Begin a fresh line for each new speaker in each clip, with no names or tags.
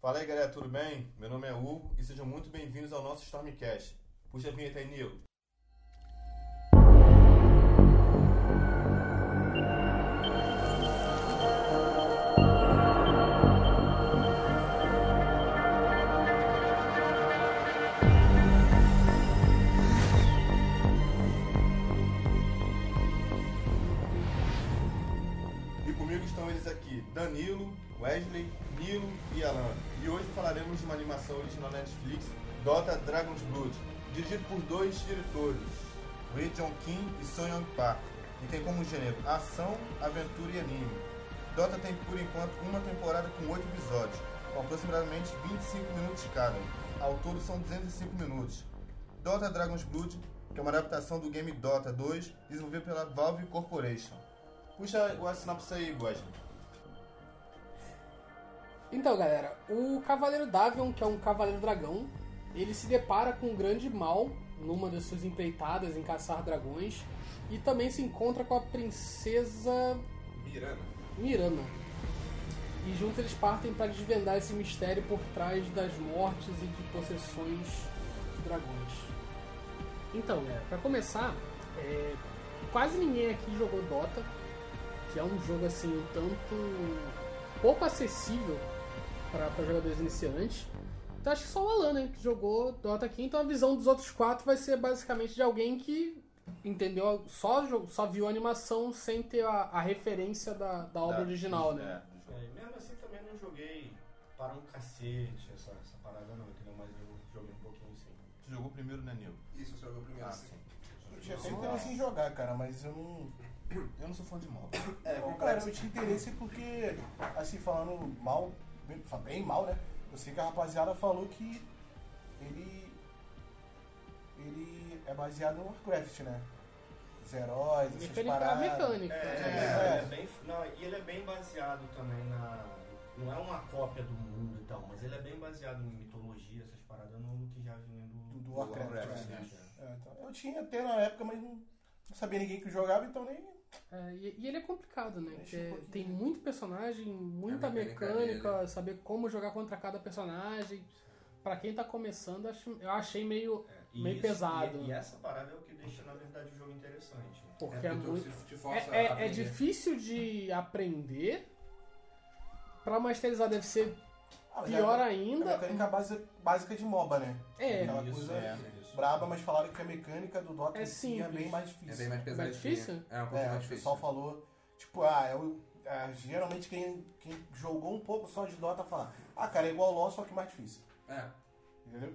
Fala aí galera, tudo bem? Meu nome é Hugo e sejam muito bem-vindos ao nosso Stormcast. Puxa a vinheta aí, Nilo. E comigo estão eles aqui, Danilo, Wesley, Nilo e Alan. E hoje falaremos de uma animação original da Netflix, Dota Dragon's Blood, dirigido por dois diretores, Lee Jong Kim e Song Young Park, e tem como gênero ação, aventura e anime. Dota tem por enquanto uma temporada com oito episódios, com aproximadamente 25 minutos cada. Ao todo são 205 minutos. Dota Dragon's Blood, que é uma adaptação do game Dota 2, desenvolvido pela Valve Corporation. Puxa o sinopse aí, Wesley.
Então, galera, o Cavaleiro Davion, que é um Cavaleiro Dragão, ele se depara com um grande mal numa das suas empreitadas em caçar dragões e também se encontra com a princesa
Miranda.
Mirana. E juntos eles partem para desvendar esse mistério por trás das mortes e de possessões de dragões. Então, galera, para começar, é, quase ninguém aqui jogou Dota, que é um jogo assim um tanto pouco acessível para jogadores iniciantes. Então acho que só o Alan, né, que jogou Dota aqui, então a visão dos outros quatro vai ser basicamente de alguém que entendeu, só, jo- só viu a animação sem ter a, a referência da, da obra
Da-
original, né?
É, do jogo.
É, e mesmo assim também não joguei para um cacete essa, essa parada não, entendeu? Mas eu joguei um pouquinho sim.
Tu jogou primeiro, né, Nilo?
Isso, você jogou primeiro.
Ah,
sim.
sim.
Eu tinha até
Sim,
interesse
tá.
em jogar, cara, mas eu não.
Eu não sou fã de mob.
É,
complexo.
cara, eu tinha interesse porque, assim, falando mal, bem, fa- bem mal, né? Eu sei que a rapaziada falou que ele. Ele é baseado no Warcraft, né? Os heróis, essas
Mecânica, a
paradas.
mecânica.
É,
é.
ele é bem, não, e ele é bem baseado também na. Não é uma cópia do mundo e tal, mas ele é bem baseado em mitologia, essas paradas no que já vinha do,
Do- do Warcraft,
né?
É, então, eu tinha até na época, mas não, não sabia ninguém que jogava, então nem.
É, e, e ele é complicado, né?
Mexe
Que
um
é-
pouquinho.
tem muito personagem, muita
É A mecânica
mecânica, saber como jogar contra cada personagem. Pra quem tá começando, acho- eu achei meio.
É, e
Meio pesado.
E, e essa parada é o que deixa, na verdade, o jogo interessante.
Porque é,
o jogo
muito.
se- te
É,
força a
é- é
aprender.
difícil de aprender. Pra masterizar deve ser
Ah, mas
pior
é, É a
ainda.
mecânica base- básica de MOBA, né?
É,
Aquela
Isso,
coisa
é.
isso.
braba, mas falaram que a mecânica do Dota
É
em si é
simples.
bem mais difícil.
É bem mais pesadinho.
difícil?
um
É uma coisa
É,
mais
o pessoal
difícil.
falou, tipo, ah, eu, ah, geralmente quem, quem jogou um pouco só de Dota fala, ah, cara, é igual ao LoL, só que mais difícil.
É,
Entendeu?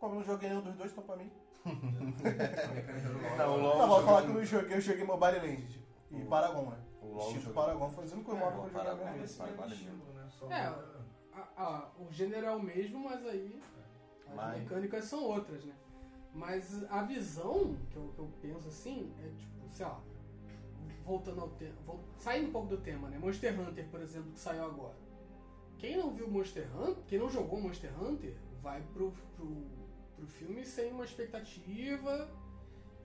Como eu não joguei nenhum dos dois, então pra mim.
a mecânica do LoL.
Não, o LoL-
Não, vou falar que eu não joguei, eu joguei Mobile Legends tipo, e
O-
Paragon, né?
O
O
LoL
Instinto
jogou.
Paragon foi o único
É,
modo que eu
o
joguei na
Paragon
minha
É
vida.
esse mesmo estilo, né? Só
É,
muda-
Ah, ah, o gênero é o mesmo, mas aí as
Mas-
mecânicas são outras, né? Mas a visão que eu, que eu penso assim é tipo, sei lá, voltando ao tema, saindo um pouco do tema, né? Monster Hunter, por exemplo, que saiu agora. Quem não viu Monster Hunter, quem não jogou Monster Hunter, vai pro, pro, pro filme sem uma expectativa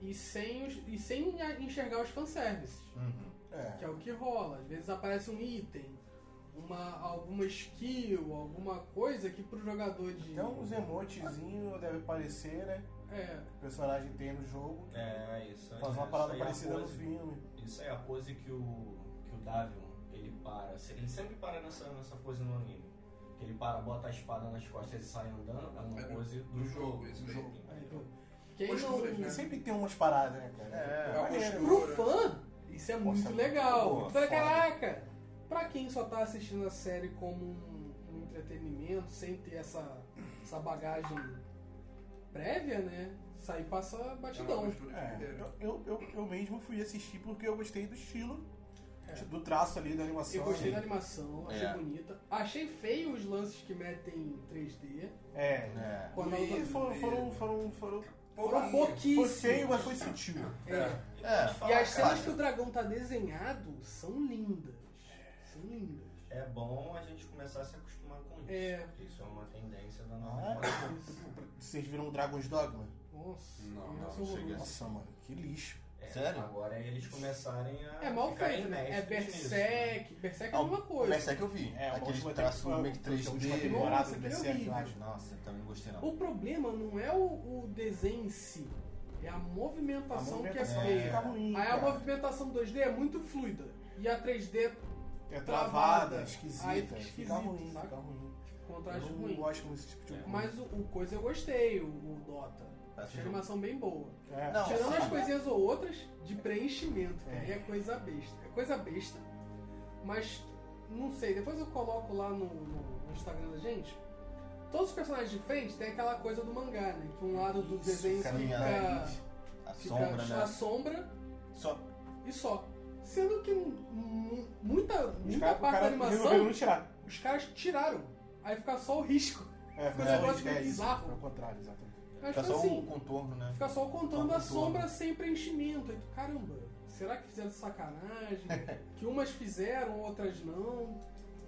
e sem, os- e sem enxergar os fanservices.
Uhum.
É.
Que é o que rola. Às vezes aparece um item, uma, alguma skill, alguma coisa que pro jogador de.
Então os emotezinhos devem parecer, né?
É,
O personagem tem no jogo.
É, isso aí.
Faz uma
isso
parada
aí é a
parecida no
pose.
filme.
Isso aí, a pose que o, que o Davion, ele para. Se- Ele sempre para nessa, nessa pose no anime. Que ele para, bota a espada nas costas e sai andando. É uma
É do-
pose do,
do
jogo.
jogo, isso
do
aí.
jogo.
É.
aí, pô. então, quem não.
Posturas,
E
né?
sempre tem umas paradas, né, cara?
É,
a
maneiro.
postura.
Pro fã, isso é
Nossa,
muito
é muito
legal.
boa,
Então,
foda.
caraca! Pra quem só tá assistindo a série como um, um entretenimento, sem ter essa, essa bagagem prévia, né? Isso aí passa
É uma
batidão.
postura
É,
de primeira.
eu, eu, eu mesmo fui assistir porque eu gostei do estilo,
É.
do traço ali da animação.
Eu gostei da animação, achei
É.
bonita. Achei feio os lances que metem 3D.
É,
É.
Quando a
E
luta-
foram, foram, foram, foram,
um
Foram
foi
pouquíssimos.
feio, mas foi sutil.
É.
É.
pode
E
falar,
as cenas
cara,
que o dragão tá desenhado são lindas. São lindas.
É bom a gente começar a se acostumar com isso.
É.
porque Isso é uma tendência da
É.
Ah,
nossa.
Vocês viram o Dragon's Dogma?
Nossa,
Não,
nossa,
não, chega
assim.
horroroso.
Nossa, mano, que lixo.
É,
Sério?
Agora é eles começarem a.
É mal
ficar
feito, né? É
inéditos nisso.
Berserk. Berserk é a mesma
Mas
coisa.
essa é que eu vi.
É, uma
Aquele
última
traço
temporada-
meio que
a última
3D.
temporada
Nossa,
do
que
DC, eu acho.
Nossa, eu também não gostei não.
O problema não é o, o desenho em si, é a
A
movimentação,
movimentação
que é feia.
fica ruim.
Aí a
cara.
movimentação 2D é muito fluida. E a 3D,
É
travada,
travada, esquisita.
aí fica
fica
esquisito,
ruim,
sabe?
fica ruim. Eu
contraste
não
ruim. É.
gosto muito desse tipo de coisa.
Mas o, o coisa eu gostei, o, o Dota.
Parece
Achei a
um jogo.
animação bem boa.
É.
Não,
Tirando
sim.
as coisinhas ou outras de preenchimento, que
É.
aí é coisa besta. É coisa besta, mas não sei. Depois eu coloco lá no, no- no Instagram da gente. Todos os personagens de frente tem aquela coisa do mangá, né? Que um lado do
Isso,
desenho
caminhar.
fica,
A
fica
sombra,
a
né?
sombra
Só
e só. Sendo que mu- muita,
Os
muita
caras
parte da
resolveram
animação
não tirar.
os caras tiraram. Aí fica só o risco.
É,
Ficou
é,
um negócio
é
meio
isso.
bizarro.
Foi o contrário, exatamente.
Mas
fica
foi
só
assim.
o contorno, né?
Fica só
Só
contando
com
a
tudo.
sombra sem preenchimento. Aí tu, caramba, será que fizeram sacanagem? que umas fizeram, outras não.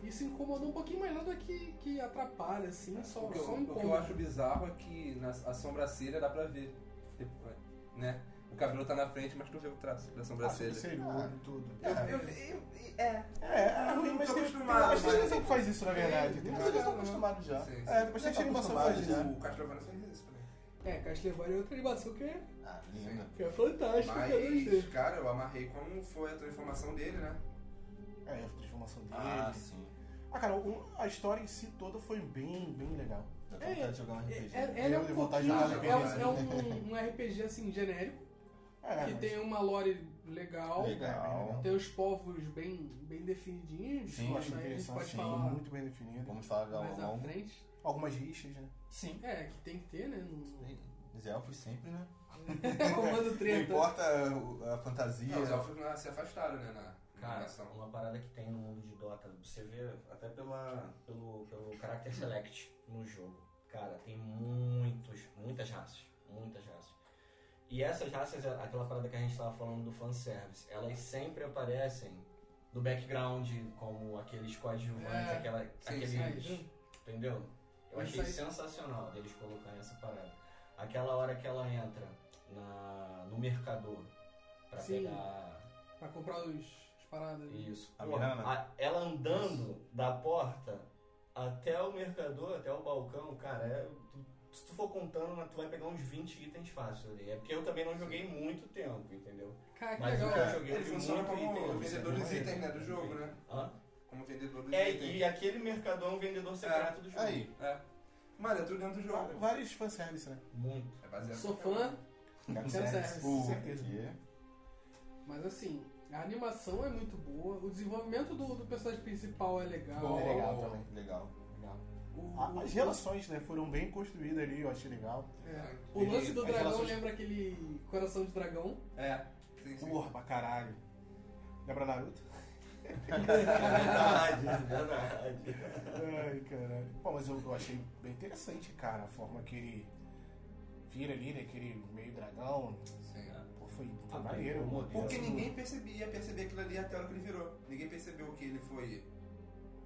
Isso incomodou um pouquinho, mas nada que, que atrapalha, assim, só,
O que, eu,
só um
o que eu acho
incômodo.
bizarro é que na, a sobrancelha dá pra ver. Né? O cabelo tá na frente, mas tu vê o traço da sobrancelha.
Serioso, tudo.
Eu,
É,
eu, eu, é.
é ruim, mas
Tô
tem
acostumado,
Mas tem
mas-
animação que faz isso, na verdade.
É,
Tem
Mas
mas
eles
animação-
estão acostumados já.
Sim, sim.
É, depois tem
Já tá
animação que
acostumado
faz isso.
já.
O Castro Vanessa fez isso também.
É, Castlevania é outra animação que é,
Uh!
Ah, linda.
que é fantástica, que eu gostei.
Mas, cara, eu amarrei como foi a transformação dele, né?
É, a transformação dele.
Ah, sim.
Ah, cara, o- a história em si toda foi bem, bem legal.
Dá vontade de jogar um RPG.
É, é, ele é um
Eu dei vontade de
pouquinho,
jogar
é, um-
RPG.
é um, um RPG assim, genérico,
É,
que
mas-
tem uma lore legal,
Legal.
tem os povos bem, bem definidinhos,
Sim,
eu
né?
acho
a gente
interessante,
pode
sim,
falar
muito bem definido.
Vamos falar
mais
ao
à
longo.
frente.
Algumas rixas, né?
Sim.
É, que tem que ter, né? Não-
Os elfos sempre, né?
Tá Comando
Não
treta.
importa a, a fantasia.
Não, os elfos não se afastaram, né? Na
Cara,
combinação.
é uma parada que tem no mundo de Dota, você vê até pela, pelo, pelo character select no jogo. Cara, tem muitos, muitas raças, muitas raças. E essas raças, é aquela parada que a gente tava falando do fanservice, elas sempre aparecem no background como aqueles coadjuvantes,
É.
aquela,
Sim, sim.
aqueles... Entendeu? Eu
Isso
achei
aí.
sensacional deles colocarem essa parada. Aquela hora que ela entra na, no mercador pra
Sim.
pegar...
Pra comprar os, as paradas.
Isso.
A
Porra,
Mirana.
a- ela andando da porta até o mercador, até o balcão, cara, é- tu- se tu for contando, né, tu vai pegar uns 20 itens fácil ali. É porque eu também não joguei muito tempo, entendeu?
É
Cara, que
Mas
legal.
o que eu joguei, eu
Ele
vi
funciona
muito item.
como
eu vi
vendedor dos
muito
itens, né?
item.
Do jogo, né?
Hã?
Como vendedor dos
É,
itens.
e aquele mercador é um vendedor secreto do jogo.
Aí,
É. Mano, é tudo dentro do jogo.
Ah, Vários fanservice, né?
Muito.
É baseado
Sou fã,
Fanservice,
o
certeza.
que
mas assim, a animação é muito boa. O desenvolvimento do, do personagem principal é legal.
É legal também.
legal.
O,
A-
o-
As relações, né, foram bem construídas ali, eu achei legal.
é.
É.
O lance do
As
dragão
relações-
lembra aquele coração de dragão.
É. Sim, sim.
Porra, pra caralho. Lembra Naruto?
Ah,
Verdade, verdade.
Ai, caralho. Bom, mas eu, eu achei bem interessante, cara, a forma que ele vira ali, né, aquele meio dragão.
Sim.
Pô, foi, foi
Ah,
maneiro.
bem, bom modelo.
Porque ninguém percebia perceber aquilo ali até a hora que ele virou. Ninguém percebeu que ele foi.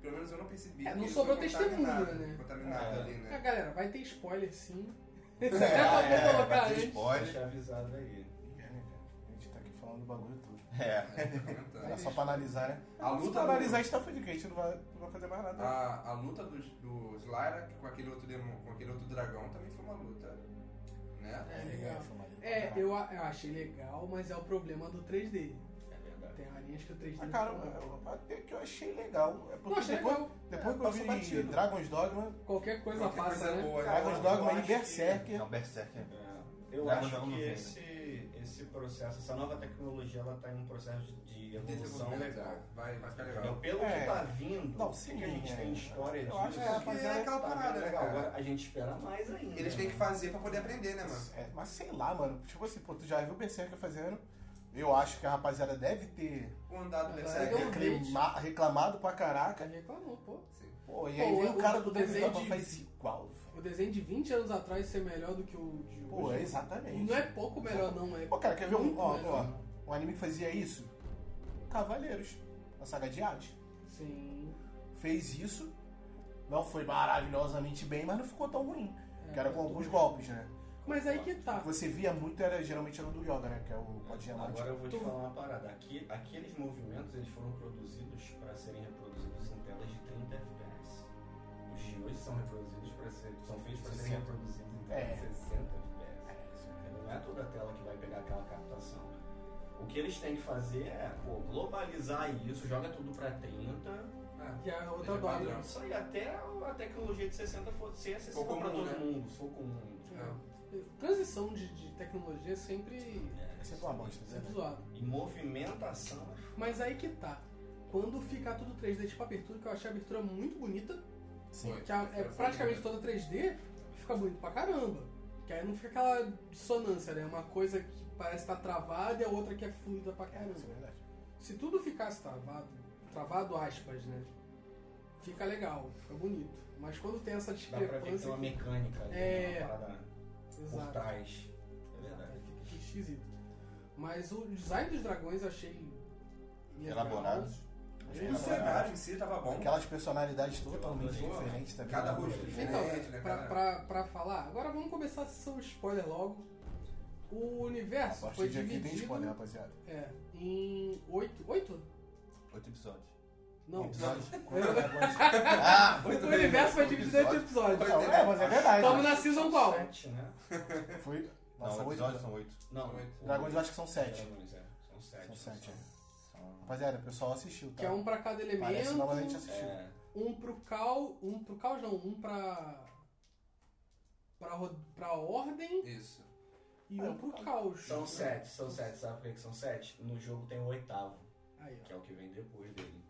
Pelo menos eu não percebi.
É, não
que ele
sobrou
foi
testemunha,
contaminado-
né?
Contaminado
É.
ali,
Ah,
né?
galera, vai ter spoiler sim.
É,
Até pra
é,
colocar
vai ter
antes.
spoiler.
Deixa avisado aí.
É, né, cara? A gente tá aqui falando do bagulho todo.
É.
É, comentando.
Era só pra analisar, né?
A
Se
luta,
pra analisar, a
do, Ah,
gente tá fudido, que a gente não vai, não vai fazer mais nada.
a, a luta dos, dos Lyra com aquele outro demônio, com aquele outro dragão também foi uma luta. Né?
É legal.
foi maneiro.
É,
Caralho.
eu, a- eu achei legal, mas é o problema do 3D.
É verdade.
Tem arinhas que o é 3D.
Ah,
não
cara,
funciona.
eu- até que eu achei legal. É
Não,
porque
achei
depois,
legal.
depois
É,
que eu
passou
vi
batido.
Dragon's Dogma,
Qualquer coisa
Qualquer
passa,
coisa
né?
boa, né?
Dragon's
eu
Dogma
acho
e
que-
Berserker.
Não, Berserker.
É, Eu
Dragon
acho
Ball não
que
vem, né?
esse, esse processo, essa nova tecnologia, ela tá em um processo de evolução né,
Desenvolvimento,
legal.
né? Vai, vai ficar
Entendeu?
legal.
Pelo
É.
que tá vindo,
Não,
o
sim,
que a gente
é.
tem história
Eu
disso,
acho
É,
que
mas é aquela
tá
parada,
vindo
né,
legal.
cara?
Agora a gente espera mais ainda. né?
Eles têm que fazer pra poder aprender, né, mano?
É, mas sei lá, mano. Tipo assim, pô, tu já viu o Berserker fazendo. Eu acho que a rapaziada deve ter
O andar do
Agora
Berserk.
eu-
reclama- É, reclamado pra caraca.
Cara, reclamou, pô.
Pô, e
Pô,
aí vem
o-
o cara
o
do
desenho
desenho
de-
e faz igual, velho.
O desenho de 20 anos atrás ser melhor do que o de
Pô, é
hoje.
exatamente.
Não é pouco melhor, não. É
Pô, cara, quer ver um,
muito
ó,
melhor.
ó, um anime que fazia isso? Cavaleiros, a saga de Hades.
Sim.
Fez isso, não foi maravilhosamente bem, mas não ficou tão ruim.
É,
que era com alguns golpes, né?
Mas aí que tá.
Você via muito, era, geralmente era o do Yoda, né? Que é o Pode Diamante.
Agora eu vou te
Tu-
falar uma parada. Aqui, aqueles movimentos eles foram produzidos para serem reproduzidos em telas de 30 FPS. Os de hoje são reproduzidos para ser, são feitos para serem
60.
reproduzidos em telas de
É.
60 FPS. Não é toda a tela que vai pegar aquela captação. O que eles têm que fazer é pô, globalizar isso, joga tudo para 30.
Ah,
E a é outra
Deixa
dobra.
padrão.
Isso aí, até a tecnologia de 60 for ser
For
acessível para
comum,
todo
né?
mundo, for comum.
então,
não.
Transição de, de tecnologia é sempre,
É,
Sempre uma bosta, né?
sempre zoado.
E movimentação é
Mas aí que tá. Quando ficar tudo 3D, tipo a abertura, que eu achei a abertura muito bonita,
Sim.
que a- é
Foi
praticamente
bonito.
toda 3D, fica bonito pra caramba. Que aí não fica aquela dissonância, né? Uma coisa que parece estar travada e a outra que é fluida pra
É,
caramba.
isso é verdade.
Se tudo ficasse travado, travado aspas, né? Fica legal, fica bonito. Mas quando tem essa
Dá pra ver que tem
discrepância.
uma mecânica ali, né,
É.
uma parada
que-
por
Exato.
trás. É verdade.
Fica esquisito. Mas o design dos dragões eu achei. em geral,
Elaborados.
bem
O
legal.
cenário em si tava
é
bom.
Aquelas personalidades totalmente diferentes também.
Cada rosto
Então,
diferente, né,
pra,
cara?
pra, pra falar, agora vamos começar a sessão spoiler logo. O
A
universo foi
partir de aqui
dividido
tem spoiler, rapaziada.
é, em oito. Oito?
Oito episódios.
Não.
Episódios.
Ah!
o universo foi dividido em oito episódios.
Não, é, mas é verdade.
Tamo na season
São
qual?
Sete, né?
Foi. Nossa,
Não,
oito.
episódios são oito.
Não, é
Dragões eu acho que são sete.
Dragões, é. São sete.
São sete, é.
São-
Rapaziada, o pessoal assistiu, tá?
Que é um pra cada
Parece
elemento,
não, mas a gente assistiu.
É,
um pro cal, um pro cal não, um pra pra, ro- pra ordem
Isso.
e
Ah,
um pro caos.
São sete, são sete. Sabe por que que são sete? No jogo tem o oitavo,
Aí, ó.
que é o que vem depois dele, entendeu?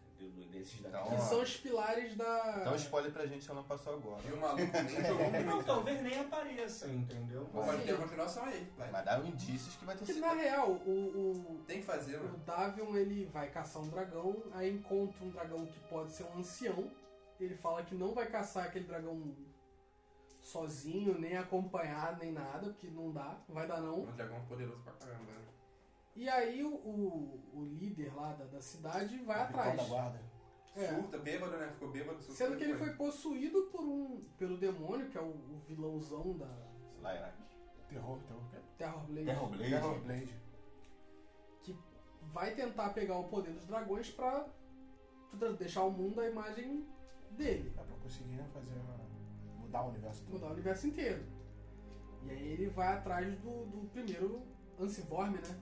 Desses daqui.
Então,
Que são os pilares da
Então spoiler pra gente se ela não passou agora.
E o maluco nem jogou
Não,
muito.
talvez nem apareçam, entendeu?
Pô, Mas
Sim.
tem a continuação aí. vai.
Mas dá indícios que vai ter
que
sido.
na real o, o
Tem que fazer,
o
mano.
Davion ele vai caçar um dragão, aí encontra um dragão que pode ser um ancião. Ele fala que não vai caçar aquele dragão sozinho, nem acompanhado, nem nada, porque não dá, vai dar não.
Um dragão poderoso pra caramba, né?
E aí o, o, o líder lá da, da cidade vai
Capitão
atrás.
da guarda.
É.
Surta, bêbado, né? Ficou bêbado. surta,
Sendo que ele
depois.
foi possuído por um, pelo demônio, que é o, o vilãozão da
Lyrac.
Terror, terror.
Terrorblade,
Terror
Terrorblade.
Blade.
que vai tentar pegar o poder dos dragões pra pra deixar o mundo a imagem dele,
É pra conseguir né, fazer uma- mudar o universo todo.
mudar o universo inteiro. E aí ele vai atrás do, do primeiro Ancivorme, né?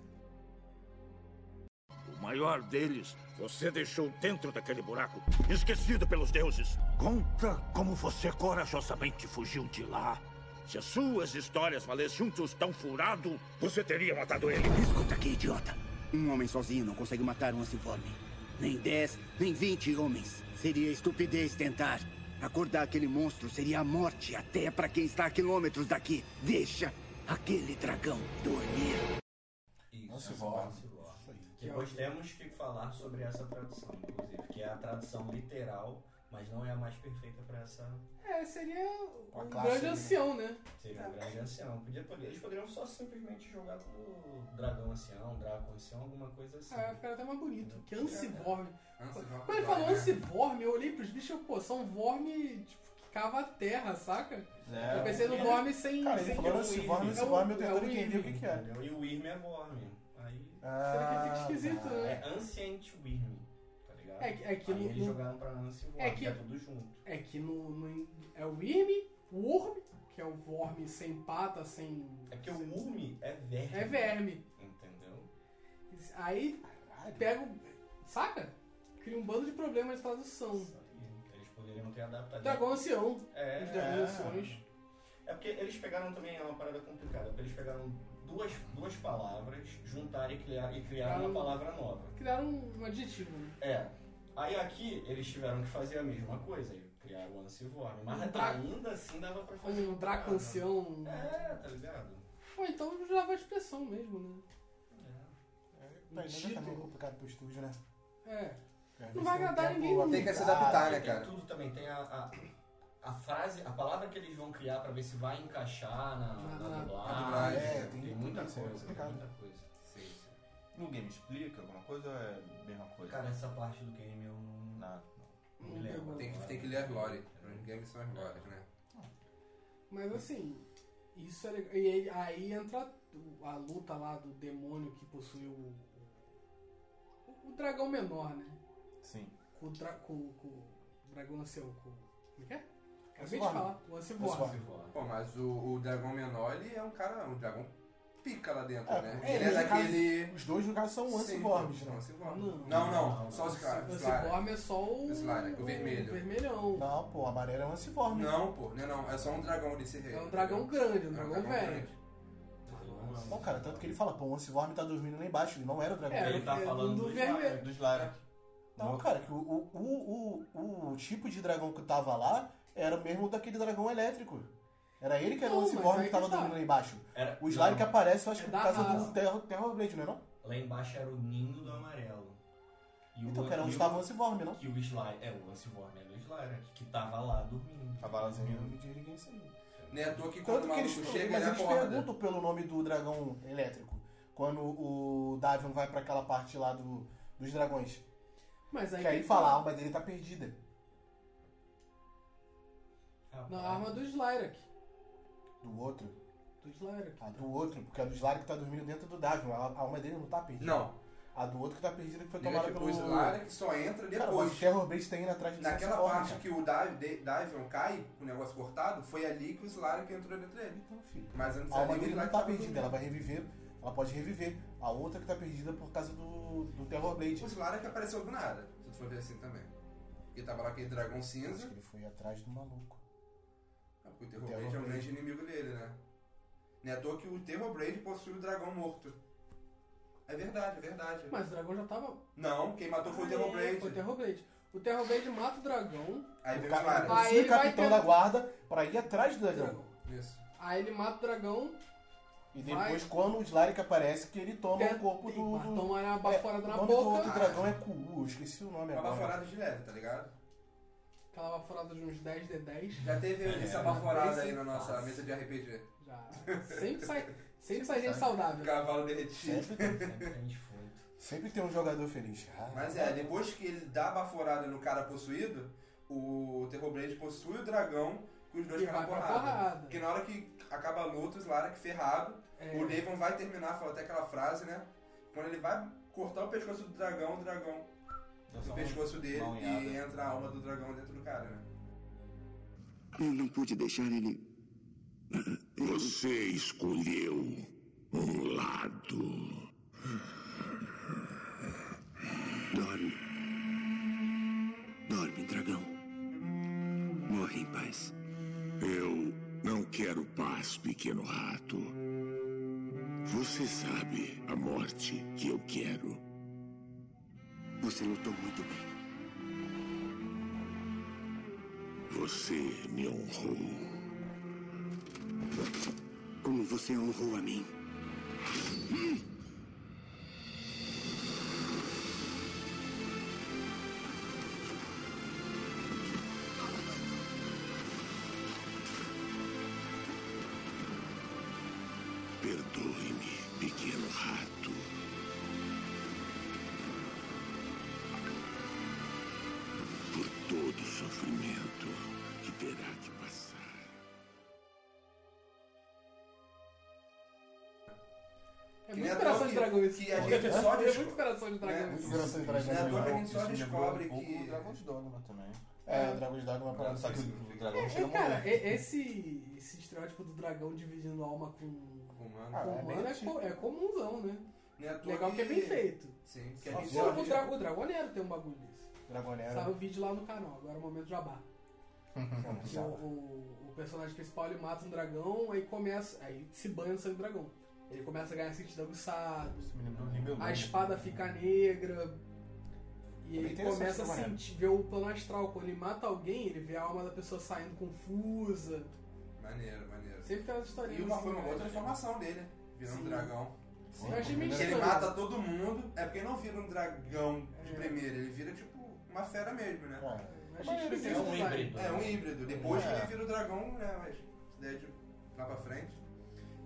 O maior deles você deixou dentro daquele buraco, esquecido pelos deuses. Conta como você corajosamente fugiu de lá. Se as suas histórias valessem um tostão furado, você teria matado ele.
Escuta aqui, idiota. Um homem sozinho não consegue matar um anciforme. Nem 10, nem 20 homens. Seria estupidez tentar. Acordar aquele monstro seria a morte até pra quem está a quilômetros daqui. Deixa aquele dragão dormir.
Não se
essa
volta.
parte do ar.
Isso aí.
Depois temos que falar sobre essa tradução, inclusive, que é a tradução literal, mas não é a mais perfeita para essa
É, seria
Uma
um
classe,
grande
né?
ancião, né?
Seria um grande ancião. Podia, poder- eles poderiam só simplesmente jogar como dragão ancião, draco ancião, alguma coisa assim.
Ah, ficaria até mais bonito.
É,
Que Ancivorme.
Antes de
Quando ele
jogar,
falou
né?
Ancivorme, eu olhei pros bichos e eu, pô, são vorme tipo, que cava a terra, saca?
É.
eu pensei no vorme sem.
Cara,
sem
ele falou
que é o
esse vorme,
Irving.
esse vorme, eu
É o- é o
tentando entender o que
Irving,
que é.
Entendeu? E o Irme é Worm. Aí
Será que fica
Ah,
esquisito,
tá.
né?
é Ancient Worm, tá ligado?
É que- é que
Aí
no-
eles
no-
jogaram pra Ancient Worm,
é
é
que-
que... é tudo junto.
É que no, no- é o Irme, o Worm, que é o Worm sem pata, sem.
É porque o Worm é verme.
É verme.
Entendeu?
Aí pega o. Saca? Cria um bando de problemas de tradução.
Isso aí. Eles poderiam ter adaptado.
Dragão ancião,
É,
Tá os
é.
dragões anciões.
É porque eles pegaram também é uma parada complicada. porque Eles pegaram duas, duas palavras, juntaram e criaram, e criaram
Ah.
uma palavra nova.
Criaram um adjetivo, né?
É. Aí aqui eles tiveram que fazer a mesma coisa, e criar o Ancivorme. Mas
Um dra-
ainda assim dava pra fazer.
Um draco
Ah,
ancião.
É, tá ligado?
Ou então já vai expressão mesmo, né?
Tá, ainda tá meio complicado pro estúdio, né?
É.
Porque
Não vai
às vezes tem um
agradar
tempo
ninguém.
Tem que se
apertado.
adaptar, né,
Tem
cara?
tudo também, tem a, a, a frase, a palavra que eles vão criar pra ver se vai encaixar na,
Na-
na,
Ah, na-
dublagem.
É,
tem,
tem
muita
tudo isso, é
coisa, tem
complicado.
muita coisa.
Ninguém me explica alguma coisa ou é a mesma coisa?
Cara, essa parte do game eu não.
Nada.
Não me lembro.
Tem que, tem que ler as lore. Os games são as lores, né?
Mas assim, Isso é legal. E aí, aí entra o- a luta lá do demônio que possuiu o, o, o dragão menor, né?
Sim.
Com o, dra, com, com o dragão ancião. Com, como é que é? Acabei de
Osborne.
falar. O Ossiborne.
Osborne.
Pô, mas o, o dragão menor, ele é um cara, um dragão pica lá dentro,
É,
né?
porque
Ele é
ele é
daquele...
Os dois, no caso, são anciformes, né?
Não.
Não, não, não, só os
O
caras. os caras.
Ossiborne é só o...
Esse lá, né? O vermelho.
o vermelhão.
Não, pô, amarelo é um anciforme.
Não, pô, não, é não, é só um dragão desse rei.
É um dragão grande, um dragão velho.
grande.
Não, cara, tanto que ele fala, pô, o anciforme tá dormindo lá embaixo, ele não era o dragão.
É,
Ele-
tá falando do vermelho.
Dos Larak.
Não, cara, que o, o, o, o, o tipo de dragão que tava lá era o mesmo daquele dragão elétrico. Era ele que era
Não,
o
mas
Anciforme
aí
que tava
que tá.
dormindo lá embaixo.
Era-
O slime
não.
que aparece, eu acho
É
que
da
por causa
raça.
do Terror, Blade, não é não?
Lá embaixo era o ninho do amarelo. E
Então, que era
e
onde estava o Anciforme, não?
Que o Sly, é o Lance Vorm, é do Sly, que tava lá dormindo.
Tava lá
Eu
dormindo.
me desliguei isso aí.
Não é à toa que quando
Tanto
o
que
maluco
eles,
chega,
mas
ele
eles
acorda.
perguntam pelo nome do dragão elétrico. Quando o Davion vai pra aquela parte lá do, dos dragões.
Mas aí...
que aí
quem
fala, a
tá-
alma dele tá perdida.
Na arma do Slyrak.
Do outro.
Do Slyrak.
A do outro, porque a do Slark que tá dormindo dentro do Davion. A, a alma dele não tá perdida.
Não,
A do outro que tá perdida que foi tomada
negativo
pelo...
o Lara né, que só
Cara,
entra
mas o
depois.
Terror Base tá indo atrás do
Naquela
Sansform,
parte
cara.
que o Dive- de- Divion cai, com o negócio cortado, foi ali que o Slara que entrou dentro dele.
Então, filho.
Mas antes
A alma
ali, o
dele não
Slyrak
tá
tava
perdida, ela
dormindo.
vai reviver, ela pode reviver. A outra que tá perdida por causa do, do Terror Blade.
O Slara que apareceu do nada, se tu for ver assim também. Porque tava lá aquele dragão
Acho
cinza,
que ele foi atrás do maluco.
é porque o Terror
Terror
Blade é o
Blade.
grande inimigo dele, né? Não é à toa que o Terror Blade possui o dragão morto. É verdade, é verdade.
Mas o dragão já tava...
Não, quem matou foi o
Ah,
Terror
é,
Blade.
Foi o Terrorblade. O Terrorblade mata o dragão.
Aí
o
veio o
cara
Slara.
Ah,
possui
ele
o
vai
capitão
ter-
da guarda pra ir atrás do dragão.
dragão.
Isso.
Aí ele mata o dragão
E
Vai.
depois, quando o Slarik aparece, que ele toma
Tem-
o corpo
É, tem-
do.
mas
do-
Toma uma
é,
baforada na
o nome do
boca,
outro dragão é Ku, eu esqueci o
É,
nome
Uma
agora.
baforada de leve, tá ligado?
aquela baforada de uns 10 de 10.
Já teve
É,
essa baforada aí
esse
na nossa
fácil.
mesa de RPG.
Já. Sempre sai, sempre sai gente saudável.
Cavalo derretido.
Sempre tem defunto.
Sempre tem um jogador feliz. Ah,
Mas é, depois que ele dá a baforada no cara possuído, o Terrorblade possui o dragão com os dois
E
caras
vai
na
pra
porrada.
porrada.
Porque na hora que acaba a luta, os Lara que ferrado,
É.
o Devon vai terminar, falou até aquela frase, né? Quando ele vai cortar o pescoço do dragão, o dragão no pescoço dele
uma
e
unhada.
entra a alma do dragão dentro do cara, né?
Eu não pude deixar ele.
Você escolheu um lado.
Dorme. Dorme, dragão. Morre em paz.
Eu não quero paz, pequeno rato. Você sabe a morte que eu quero.
Você lutou muito bem.
Você me honrou.
Como você honrou a mim.
Perdoe-me, pequeno rato. Por todo o sofrimento que terá que passar.
É
Que
É
nem
muito
a
coração
toa
de
que-
dragão isso.
que a gente só
É muito
descobre.
coração de
né?
dragão
Muito
isso.
engraçado esse
é
dragão.
Né,
mesmo.
a toa que a gente
Isso
só
me lembrou
descobre
um pouco
que.
o Dragon's Dogma também.
É, o dragão de Dogma é parado.
Só que o dragão chega
E, É, cara,
morrendo.
e- esse, esse estereótipo do dragão dividindo alma com, com
Humano.
Ah, é bem
humano é,
antigo.
co- é comumzão, né?
Né, à toa
Legal que é bem feito.
Sim, que a gente
Só
só
que o,
descobre-
dra o Dragoneiro tem um bagulho desse. Saiu
Dragonera.
o vídeo lá no canal, agora é o momento jabá. Que o, o- o personagem principal ele mata um dragão, aí começa. Aí se banha no sangue do dragão. Ele começa a ganhar sentido aguçado,
Isso me lembrou um Rebelão.
a espada fica negra. E
É bem
ele
interessante
começa a
essa maneira.
sentir, ver o plano astral. Quando ele mata alguém, ele vê a alma da pessoa saindo confusa.
Maneiro, maneiro.
Sempre tem umas historinhas.
E uma
assim,
foi uma
né?
boa transformação dele, né? virando
Sim.
um dragão.
Eu achei meio
Porque ele
estranho.
mata todo mundo, é porque não vira um dragão de
É.
primeira, ele vira tipo uma fera mesmo, né?
Eu achei
Mas
esquisito
É um
esse design.
híbrido.
É um híbrido. Depois que
É.
ele vira o dragão, né? Mas isso daí é de lá pra frente.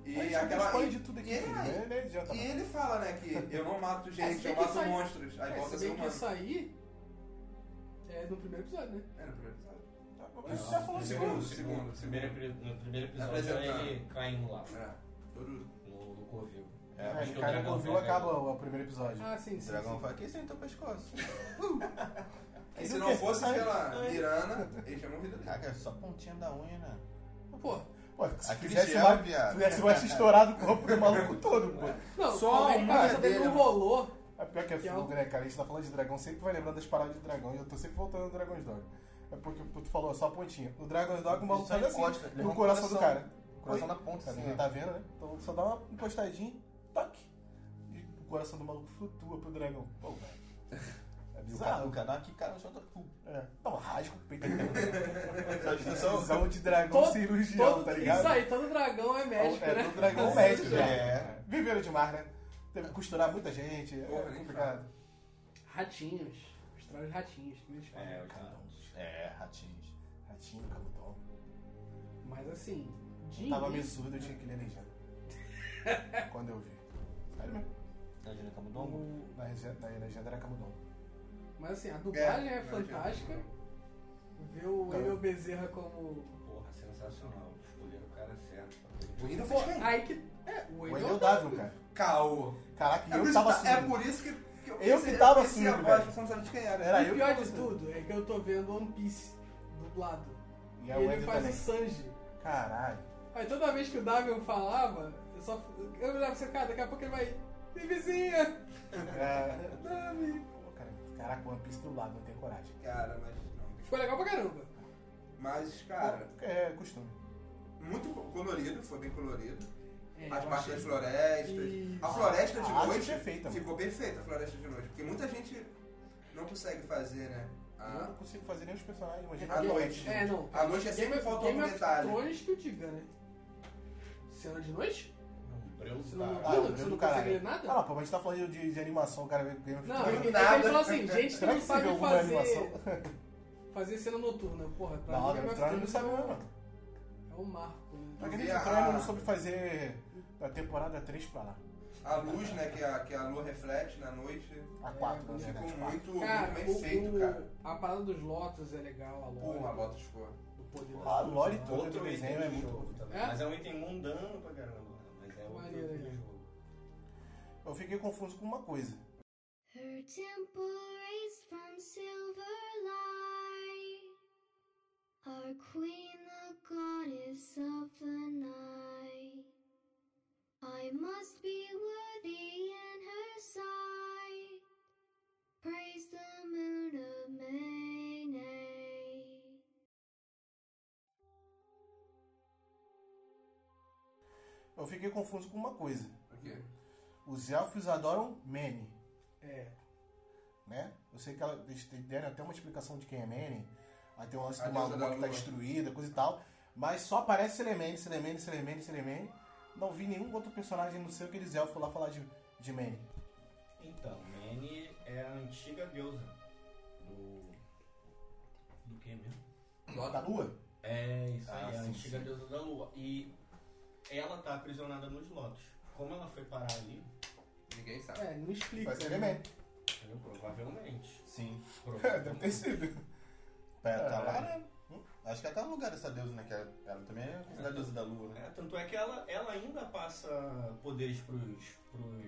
E
é
E
aquela.
aquela.
E,
de tudo aqui,
e é,
filho, né? Não adianta
e
não.
ele fala, né, que eu não mato
É, se
gente,
bem
eu
que
mato
sai-
monstros. Aí
É,
volta
se
a ser
bem que
humano.
isso aí é no primeiro episódio, né?
É, no primeiro episódio.
Tá bom. Isso já falou no
Segundo,
segundo.
segundo,
Primeiro
segundo.
epi- no primeiro episódio era ele caindo lá,
É. Todo.
no, no Covil.
É,
É,
Acho
que
que o
cara
dragão
ouviu
pega-
acaba o o primeiro episódio.
Ah, sim,
O
sim.
dragão fala, quem sentou o pescoço?
E
Ele
se
quer-
não fosse
sabe-
pela Mirana, ele tinha morrido ali.
Caraca, é só pontinha da unha, né?
Pô,
Pô, se
Aquele
fizesse
gel,
mais,
viado.
se fizesse mais estourado o corpo do maluco todo, pô.
não,
Só
como é que a
uma
cabeça dele não
cadeira.
rolou.
É pior que é
Que é
fogo,
o-
né, cara? A gente tá falando de dragão, sempre vai lembrar das paradas de dragão. E eu tô sempre voltando no Dragon's Dog. É porque tu falou, só a pontinha. No Dragon's Dog, o maluco
Ele só
faz assim,
encosta, ele
no
arranca o
coração do
coração.
cara.
O coração
Oi?
na ponta,
Cara,
assim.
Ninguém
ó.
tá vendo, né? Então só dá uma encostadinha, toque. E o coração do maluco flutua pro dragão. Pô, velho. É
E o cara,
bizarro.
o cara dá uma quicada no chão, tá pum.
É. Não, rasga o peito.
Essa discussão-
Visão Tá um de dragão
Todo-
cirurgião,
Todo,
tá ligado?
isso aí, todo dragão é médico,
é,
né?
do dragão
É.
médico, né? Viveram demais, né? Teve que costurar muita gente.
Porra,
é
nem
complicado.
Ratinhos. Os trolls ratinhos, que eles falam.
É, o cara.
Camundongos.
É, ratinhos.
Ratinho, camundongo.
Mas assim, de
Eu tava
início-
absurdo, eu tinha que ler legenda. Quando eu vi. Sério mesmo?
Tá girando como domo?
o-
Na legenda, na legenda era Camundongo.
Mas assim, a dublagem é, fantástica.
não.
Ver o
Cara.
Emil Bezerra como.
Porra, sensacional. Escolheram o cara certo.
O Wendel
Pô,
fez bem.
aí que. É, o
O
Emil
Enel Dávio, cara.
Caô.
Caraca,
É
e
por
eu
isso
tava assim.
que tá- É
surdo.
por isso que.
Eu que tava
assim, a
surdo,
voz,
velho.
você não sabe de quem era.
Era
o
eu
pior
que
de tudo é que eu tô vendo One Piece dublado.
E
E
é o
ele
Enel
faz o
também.
Sanji.
Caralho.
Aí toda vez que o Davion falava, eu só. Eu olhava assim, cara, daqui a pouco ele vai. "Minha vizinha!
É.
Davi!
Pô, cara, Caraca, One Piece do lado, não tenho coragem.
Cara, mas não.
Ficou legal pra caramba.
Mas, cara,
É costume.
muito colorido, foi bem colorido.
É,
As
eu
partes
achei-
das florestas.
E-
A floresta de
A arte é
noite
perfeita, mano.
ficou perfeita, a floresta de noite. Porque muita gente não consegue fazer, né?
Ah.
Eu
A,
não consigo fazer nem os personagens, imagina.
a noite.
É, não.
A noite é sempre
of-
falta
Game
algum
of
detalhe.
Thrones que eu diga, né? Cena de noite?
Um
Você não
breu da...
Ah,
muda?
eu
Você
do
não
caralho.
consegue ler
Ah,
nada?
não, pô, mas a gente tá falando de, de animação, cara. Game of
é
Não, é
Thrones.
ele
nada.
falou assim, gente que
Será
não
que você viu
sabe
alguma
fazer.
animação?
Fazer cena noturna, porra. Pra
Não,
mim,
Game
Game
of
of
Thrones não
Thrones
sabe mesmo.
é um marco. né?
Mas Game
vi a-
of Thrones não soube fazer da temporada 3 pra lá.
A luz, né, que a, que a lua reflete na noite.
A 4, né?
Ficou
As quatro.
muito, muito
Cara,
bem
o,
feito,
o-
cara.
a parada dos Lotus é legal, a
Pô, uma
lore
bota ficou.
do poder da
A
luz,
lore
né?
toda do
Outro
desenho
item
é
de
muito.
jogo também.
É?
Mas é um item mundano pra caramba. Mas é outro
Maneiro,
item de
né?
jogo.
Eu fiquei confuso com uma coisa.
Her temple raised from silver light, our queen, the goddess of the night. I must be worthy in her sight. Praise the moon of May.
Eu fiquei confuso com uma coisa.
O quê?
Os elfos adoram Mene,
É.
né? Eu sei que ela, eles te- deram até uma explicação de quem é Mene. Aí tem um lance
A
de uma
deusa da
lua que tá
lua.
destruída, coisa e tal. Mas só aparece Selemene, Selemene, Selemene, Selemene. Não vi nenhum outro personagem, não sei aqueles elfos lá falar de, de Mene.
Então, Mene é a antiga deusa do. do que mesmo?
Da lua?
É, isso
Ah,
aí, é a
sim,
antiga
sim.
deusa da lua. E ela tá aprisionada nos Lotus. Como ela foi parar ali,
Ninguém sabe.
É, não explica.
Vai ser
né?
Mene.
entendeu? provavelmente.
Sim.
Deve ter
provavelmente.
sido.
Pera, tá lá,
Caralho.
né? Hum? Acho que ela tá no lugar dessa deusa, né? Que ela, ela também é considerada deusa da lua, né?
É, tanto é que ela, ela ainda passa poderes pros,
Os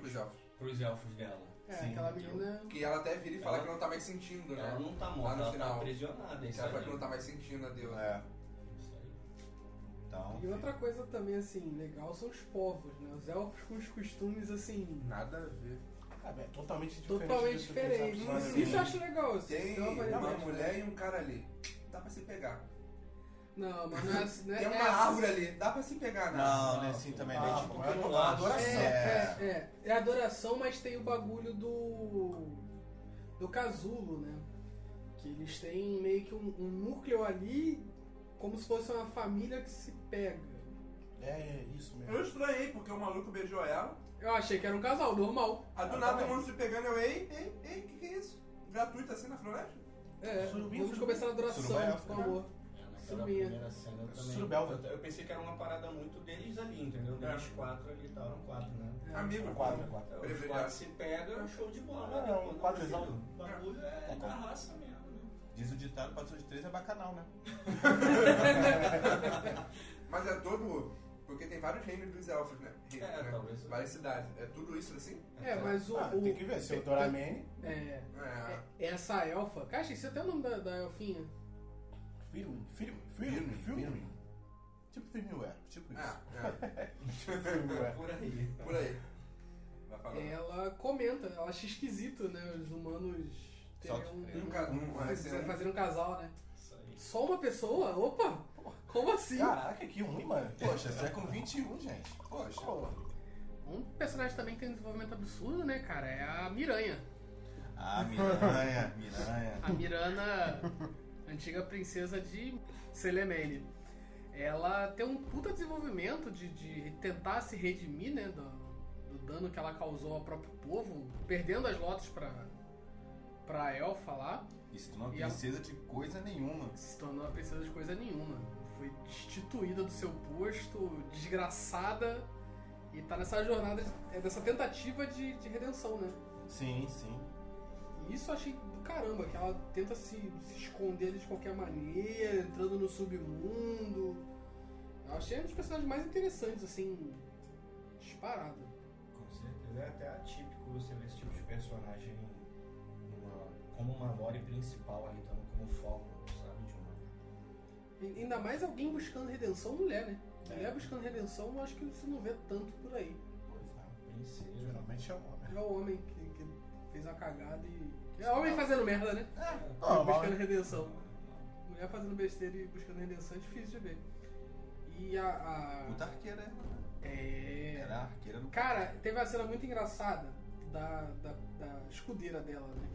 pros,
elfos.
pros elfos dela.
É,
Sim,
aquela menina.
Que ela até vira e fala
Ela-
que não tá mais sentindo, né?
Ela
Ela
não tá
Lá no
morta, ela tá
final.
aprisionada. Isso
fala que não
aí.
tá mais sentindo a Deus.
É.
Isso aí.
Então.
E outra coisa também, assim, legal são os povos, né? Os elfos com os costumes, assim,
Nada a ver.
Cara, é totalmente diferente.
totalmente
disso que eles
diferentes.
elfos
Sim.
fazem.
Isso eu acho legal. assim, Isso
Tem
dá uma
uma
variedade.
mulher e um cara ali. Dá pra se pegar.
Não, mas não é assim, né?
Tem uma
é assim.
árvore ali. Dá pra se pegar, né?
Não, não é assim também, né?
Ah,
Tipo,
pô, é
um
uma
assim.
lado.
adoração.
É.
É, é. É adoração, mas tem o bagulho do. do casulo, né? Que eles têm meio que um, um núcleo ali, como se fosse uma família que se pega.
É, é isso mesmo.
Eu estranhei, porque o maluco beijou ela.
Eu achei que era um casal, normal.
A do
Eu
nada
também.
todo mundo se pegando. Eu, ei, ei, ei, que que é isso? Gratuito assim na floresta?
É,
Surubim,
vamos
surubim.
começar a
Suruba é
adoração, por
África,
favor.
É, naquela
Sumia.
primeira cena eu também.
Surubelva.
Eu, eu pensei que era uma parada muito deles ali,
É.
entendeu? Deles quatro ali, tá? Eram quatro, né?
Amigo.
Quadro, quadro.
Então, Os
Privilegiado.
quatro Tá se pegam, show é um de bola.
É,
né?
um
Quando
quadrozão.
O bagulho é da raça mesmo, né?
De Diz o ditado, passou de três é bacanal, né?
Mas é todo. Porque tem vários reinos dos elfos, né? Reino,
É,
né?
talvez.
Várias cidades. É tudo isso assim?
É, mas o.
Ah,
o-
tem que ver, se é o Doramene,
É,
É.
é- essa elfa. Cara, achei que você até o nome da, da elfinha.
Filme, filme, filme, filme.
Tipo firmware, tipo isso.
Ah, é.
Filmware.
Por aí.
Por aí.
É.
Vai falar.
Ela comenta, ela acha esquisito, né? Os humanos terem
Só-
um.
Nunca, nunca vai ser.
é.
é.
Fazer,
um-
fazer um casal, né?
Isso aí.
Só uma pessoa? Opa! Como assim?
Caraca, que ruim, mano. é
Poxa, século XXI,
um,
gente. Poxa.
Pô,
Um personagem também que tem um desenvolvimento absurdo, né, cara? É a Miranha.
Ah, Miranha, Miranha.
A Mirana, antiga princesa de Selemene. Ela tem um puta desenvolvimento de, de tentar se redimir, né, do, do dano que ela causou ao próprio povo, perdendo as lotes pra, pra Elfa lá,
Isso não é
E a-
princesa de coisa nenhuma.
se tornou uma princesa de coisa nenhuma. Foi destituída do seu posto, desgraçada, e tá nessa jornada, de- é, dessa tentativa de, de redenção, né?
Sim, sim.
E Isso eu achei do caramba, que ela tenta se, se esconder ali de qualquer maneira, entrando no submundo. Eu achei um dos personagens mais interessantes, assim, disparado.
Com certeza. É até atípico você ver esse tipo de personagem numa- como uma lore principal ali, dando como foco, sabe? De uma...
E- Ainda mais alguém buscando redenção, mulher, né? Mulher buscando redenção, eu acho que você não vê tanto por aí.
Princesa.
geralmente é um homem.
É o homem que, que fez uma cagada e. É o homem fazendo merda, né?
Ah,
buscando
mas-
redenção. Mulher fazendo besteira e buscando redenção é difícil de ver. E a.
Puta
a...
arqueira, né?
É.
Era arqueira do
Cara, teve uma cena muito engraçada da, da, da escudeira dela, né?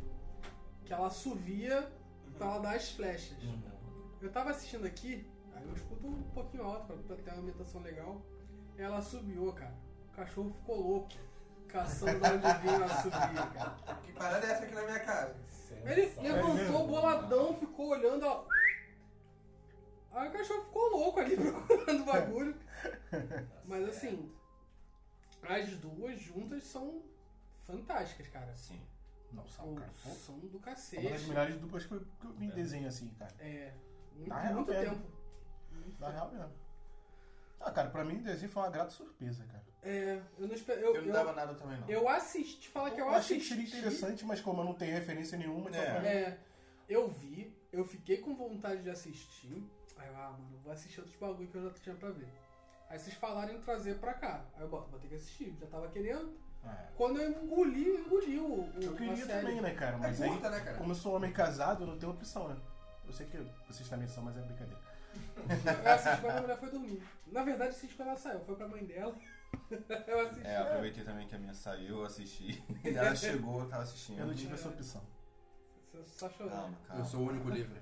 Que ela subia pra ela dar as flechas. Eu tava assistindo aqui, aí eu escuto um pouquinho alto pra, pra ter uma ambientação legal. Ela subiu, cara. O cachorro ficou louco. Caçando de onde vinha ela subia, cara.
Que parada é essa aqui na minha casa?
Ele levantou boladão, ficou olhando, ó. Aí o cachorro ficou louco ali procurando o bagulho. Mas assim, as duas juntas são fantásticas, cara.
Sim. tá,
Não,
São,
são, cara. pô.
são do
É Uma das
cacete.
melhores duplas que eu, que eu vi em desenho assim, cara.
É, muito,
Na real,
muito
mesmo.
tempo.
Na real mesmo. Ah, cara, pra mim o desenho foi uma grata surpresa, cara.
É, eu não espero. Eu,
Eu não dava
eu,
nada também, não.
eu assisti, te falar É que eu,
Eu achei que
assisti.
seria interessante, mas como eu não tenho referência nenhuma, então
É.
pra mim-
É, eu vi, eu fiquei com vontade de assistir. Aí eu, ah, mano, eu vou assistir outros bagulho que eu já tinha pra ver. Aí vocês falaram em trazer pra cá. Aí eu, bom, vou ter que assistir, já tava querendo.
É.
Quando eu engoli, eu engoli o, o
Eu
a
queria
série.
também, né, cara? Mas
é
aí,
curta, né, cara?
como eu sou homem casado, eu não tenho opção, né? Eu sei que vocês também são, mas é brincadeira.
Eu assisti quando a mulher foi dormir. Na verdade, eu assisti quando ela saiu, foi pra mãe dela. eu assisti.
É, aproveitei também que a minha saiu, eu assisti. Ela chegou, eu tava assistindo.
Eu não tive essa opção.
Você Só chorando.
Calma, calma.
Eu sou o único livre.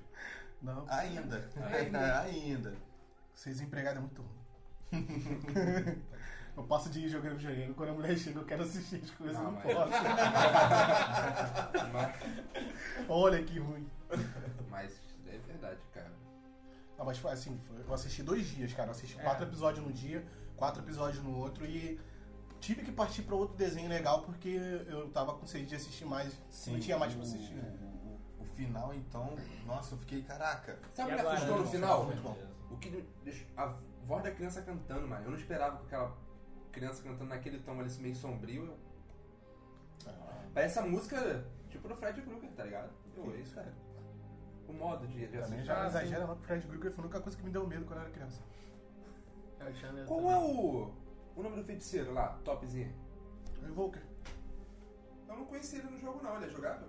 Não,
Ainda.
Ainda.
Ainda.
vocês empregados é muito ruim. eu passo de ir jogando videogame, quando a mulher chega eu quero assistir as coisas, eu não
mas-
posso.
Mas,
Olha que ruim.
mas é verdade, cara.
Não, mas foi assim, foi- eu assisti dois dias, cara. Eu assisti
É.
quatro episódios num dia, quatro episódios no outro e tive que partir pra outro desenho legal porque eu tava com sede de assistir mais. não tinha mais
o-
pra assistir.
É.
né?
O, o final, então, nossa, eu fiquei, caraca.
Sabe o
E
que me
agora,
assustou
né?
no final?
Muito bom.
O que me deixou- a voz da criança cantando, mano. Eu não esperava que aquela criança cantando naquele tom ali assim, meio sombrio. Eu-
Ah.
Parece a música tipo do Fred Krueger, tá ligado? Eu, é isso, cara. O modo de, de
Também
assistir.
já exagera não, porque o Fred Krueger foi a única coisa que me deu medo quando eu era criança.
Eu tinha medo
Qual
também.
é o, o nome do feiticeiro lá, topzinho?
Evoker.
Eu não conheci ele no jogo, não. Ele é jogável?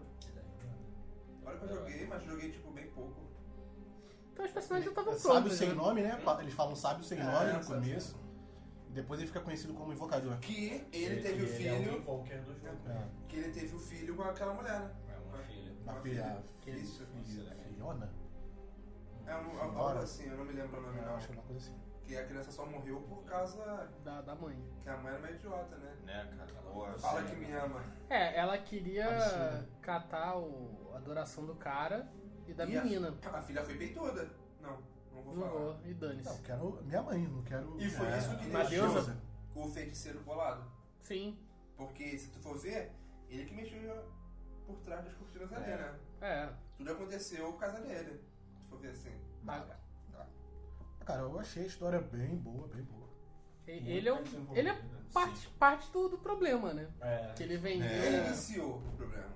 Olha que eu joguei, mas joguei tipo bem pouco.
Então os personagens já estavam
Sábio
prontos.
É, sem
né?
nome, né? Pa- Eles falam sábio sem nome no
sábio sem
começo. E depois ele fica conhecido como né? invocador.
Que ele teve o
Ele é o
filho.
Invoker do jogo.
É,
Que ele teve o filho com aquela mulher, né?
É uma filha.
na
Uma
filha.
filha. Isso.
Filhona?
né?
É um, algo
Senhora.
assim, eu não me lembro o nome
Eu
não.
acho uma coisa assim.
Que a criança só morreu por causa
Da, da mãe.
que a mãe era uma idiota, né?
Né, cara? Boa,
Fala
sério.
que me ama.
É, ela queria
Absurdo.
catar o, a adoração do cara e da
E a-
menina.
A filha foi peituda. Não, não vou
Não
falar.
vou, e dane-se.
Não, quero minha mãe, não quero.
E foi
É,
isso que
a
Uma
deixou
deusa?
o feiticeiro bolado.
Sim.
Porque se tu for ver, ele que mexeu
por trás das cortinas ali, né?
É.
Tudo aconteceu por causa dele. Se for ver assim.
Tá.
Ah, Cara, eu achei a história bem boa, bem boa.
E- Ele é, o- ele é
né?
parte, parte do, do problema, né?
É.
Que ele vendeu.
Ele iniciou o problema.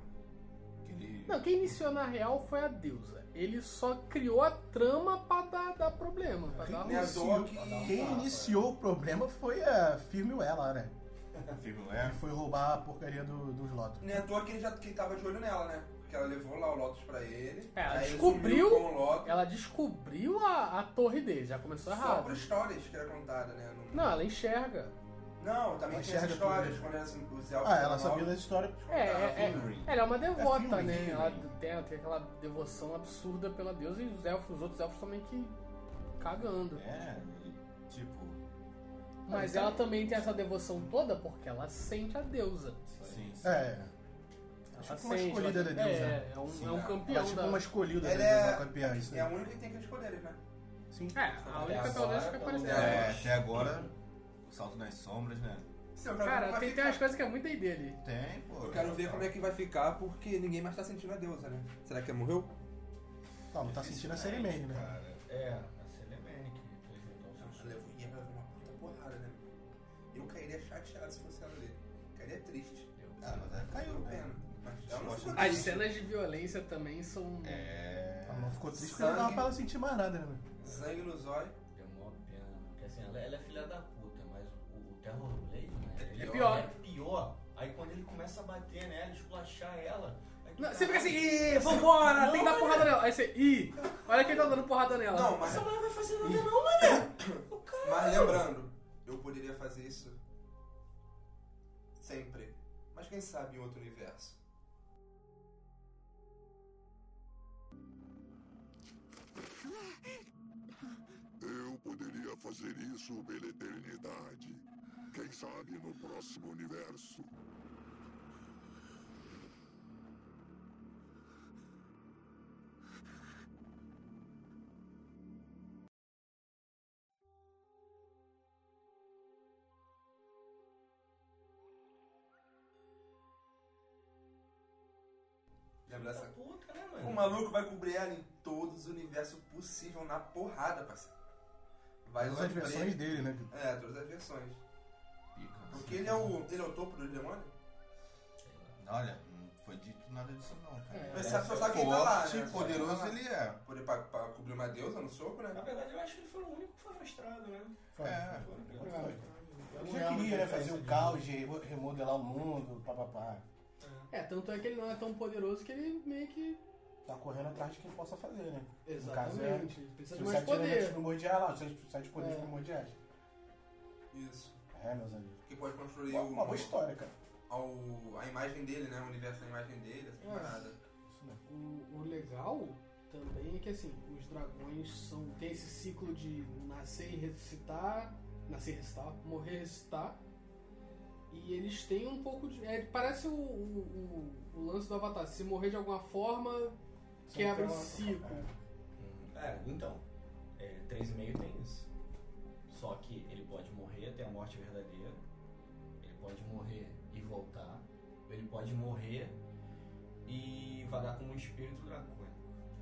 Ele...
Não, quem iniciou na real foi a deusa. Ele só criou a trama pra dar, dar problema, pra dar
Quem
ruim.
né, a
iniciou,
Doc-
quem iniciou o problema foi a Firmware lá, né?
Firmo,
Que
é?
foi roubar a porcaria do, dos lotos.
Não é à toa que ele já que ele tava de olho nela, né? Porque ela levou lá o Lotus pra ele.
É, ela
aí ele
descobriu-
sumiu com o Lotus.
Ela descobriu a, a torre dele, já começou
Só
errado.
por histórias que era contada, né? No-
Não, ela enxerga.
Não, também
Ela
tinha essas
enxerga tudo,
histórias. Quando elas, os elfos
Ah, ela
eram
sabia
novos,
das histórias.
É,
contavam
é, é.
Ah, filme.
Ela é uma devota,
filme,
né?
filme.
Ela tem, ela tem aquela devoção absurda pela deusa e os elfos, os outros elfos também que cagando.
É, e, tipo,
Mas
é.
ela também tem essa devoção toda porque ela sente a deusa.
sim, sim.
É,
Ela
Tipo uma
sente,
escolhida
ela-
da deusa.
É, é um, é um
ela é
campeão
tipo
da...
uma escolhida
Ela
da
é-
é... campeã, isso.
É a
um-
né?
única que tem aqueles poderes, né?
Sim.
É, a única
Até
pelo menos que
agora,
um-
apareceu.
pelo menos.
É, até agora, o salto nas sombras, né?
Seu
Cara, tem, tem umas coisas que é muito D&D ali.
Tem, pô.
Eu quero ver como é que vai ficar, porque ninguém mais tá sentindo a deusa, né? Será que ela morreu?
É
Não, não tá sentindo a série mesmo, né?
Cara,
É, a Celemene que depois juntou o
Nossa,
seu
ela ia levar uma puta porrada, né? Eu cairia chateado se fosse ela ali. Cairia triste.
ah, mas é,
Caiu
caiu, né?
pena. Mas ela não
Gosta
ficou
de-
As
triste.
cenas de violência também são.
É.
Ela não ficou triste porque não dava
Sangue.
pra ela sentir mais nada, né? meu?
Sangue no zóio.
Deu um mó pena. Porque assim, ela, ela é filha da puta, mas o, o Terror Blade, né? ele
É pior.
É pior. Aí quando ele começa a bater nela, esculachar ela. Aí, tu-
Não, você fica assim, ih, vambora, tem que dar porrada nela. Aí você, ih, olha quem tá dando porrada
Ah.
nela.
Não, mas,
Essa mulher não vai fazer nada, não, mané!
mas lembrando, eu poderia fazer isso sempre. Mas quem sabe em outro universo.
Eu poderia fazer isso pela eternidade. Quem sabe no próximo universo.
Lembra essa?
Puta, né,
Tá.
mano?
O maluco vai cobrir ela em todos os universos possíveis na porrada, parceiro. Vai
Todas as
lamber-
versões dele, né?
É, todas as versões.
Pica.
Porque ele é o, ele é o topo do demônio?
Olha, não foi dito nada disso, não, cara.
É.
Mas sabe, só sabe quem tá lá, né?
Forte, poderoso ele é.
Poder pra, pra cobrir uma deusa no soco,
Na
né?
verdade, eu acho que ele foi o único que foi mostrado, né?
É.
Foi o único.
Ele já queria né, fazer o caos, de remo- remodelar o mundo, papapá.
É, tanto é que ele não é tão poderoso que ele meio que.
Tá correndo atrás de quem possa fazer, né? caso, é-
Exatamente. Ele precisa de
Seus
mais
sete elementos
poder.
primordiais lá, os seus sete poderes
É.
primordiais.
Isso.
É, meus amigos.
Que pode construir
Uma,
o,
uma boa história, cara.
ao- a imagem dele, né? O universo da imagem dele, essa
É.
parada.
Isso mesmo.
O, o legal também é que assim, os dragões são. tem esse ciclo de nascer e ressuscitar. Nascer e ressuscitar, morrer e ressuscitar. E eles têm um pouco de. é, parece o, o- o- o lance do Avatar. Se morrer de alguma forma, quebra o
Então,
ciclo.
Hum, É, então. É, 3,5 tem isso. Só que ele pode morrer até a morte verdadeira. Ele pode morrer e voltar. ou Ele pode morrer e vagar como um espírito dracônico.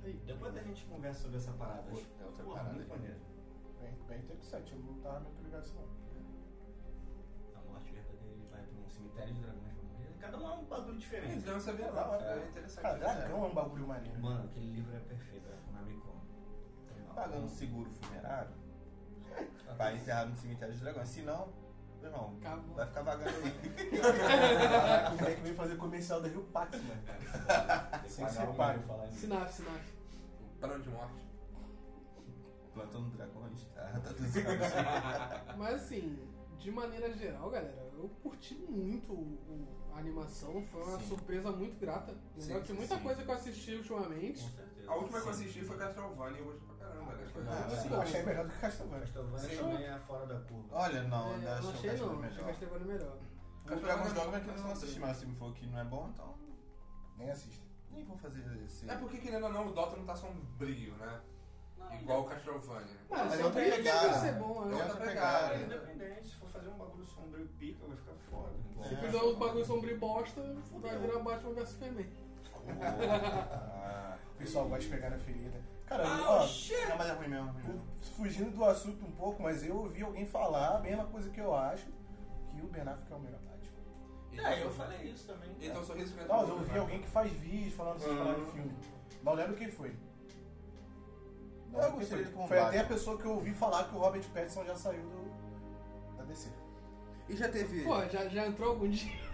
Aí.
Depois a gente conversa sobre essa parada. acho-
É outra
Porra,
parada
muito
aí.
maneiro.
Bem, bem interessante, eu não tava muito ligado nisso não.
A morte verdadeira ele vai pra um cemitério de dragões pra morrer. Cada um é um bagulho diferente.
Então, eu não sabia não.
É.
É, interessante.
Cara, dragão é um bagulho maneiro.
Mano, aquele livro é perfeito, é Konamicon.
Pagando um seguro funerário pra encerrar no cemitério dos dragões. Se não, meu irmão,
Acabou.
vai ficar vagando ali.
Caraca, o moleque veio fazer comercial da Rio Pax, mano. Sem
Sem
ser
ser
pago.
falar isso.
Sinapse, sinapse.
Padrão de morte.
Plantando dragões.
É,
Tá, tá tudo certo.
Mas assim, de maneira geral, galera, eu curti muito o- o- a animação, foi uma
Sim.
surpresa muito grata. Melhor
Sim,
que muita
sim.
coisa que eu assisti ultimamente.
A última que eu assisti foi Castlevania e eu gostei pra caramba.
É,
né? Foi-
legal.
Sim, eu achei melhor do que Castlevania.
Castlevania também é fora da curva.
Olha, não, né?
É,
ainda
né,
eu não
achei
achei
o
não,
Castlevania
achei
melhor.
Castlevania melhor.
O Dragon's Dogma é que eu não assisti, mas se me for que não é bom, então
Nem assista.
nem vou fazer esse.
É porque, querendo ou não, o Dota não tá sombrio, né? Igual o Castlevania. Então tá
Mas,
mas
mas
eu
eu
tenho
que
ligado.
ser bom,
Eu
né?
tô
Outra
pegada.
pegada.
é Independente, se for fazer um bagulho sombrio pica, vai ficar foda. né?
Se fizer um bagulho sombrio bosta, vai virar um Batman vs Superman.
Ah,
O pessoal gosta de pegar na ferida. Cara,
Oh,
ó,
shit!
Não, mas é ruim mesmo. é ruim mesmo.
fugindo do assunto um pouco, mas eu ouvi alguém falar a mesma coisa que eu acho, que o Ben Affleck é o melhor Batman.
Então
É, eu falei isso também.
Então sorriso que
Não, mas eu
Uhum.
ouvi alguém que faz vídeo falando essas
Uhum.
paradas de filme. Não lembro quem foi.
Não,
eu
eu
gostei.
prefiro ele como
Foi até
Batman.
a pessoa que eu ouvi falar que o Robert Pattinson já saiu do, da DC.
E já teve.
Pô, já, já entrou algum dia.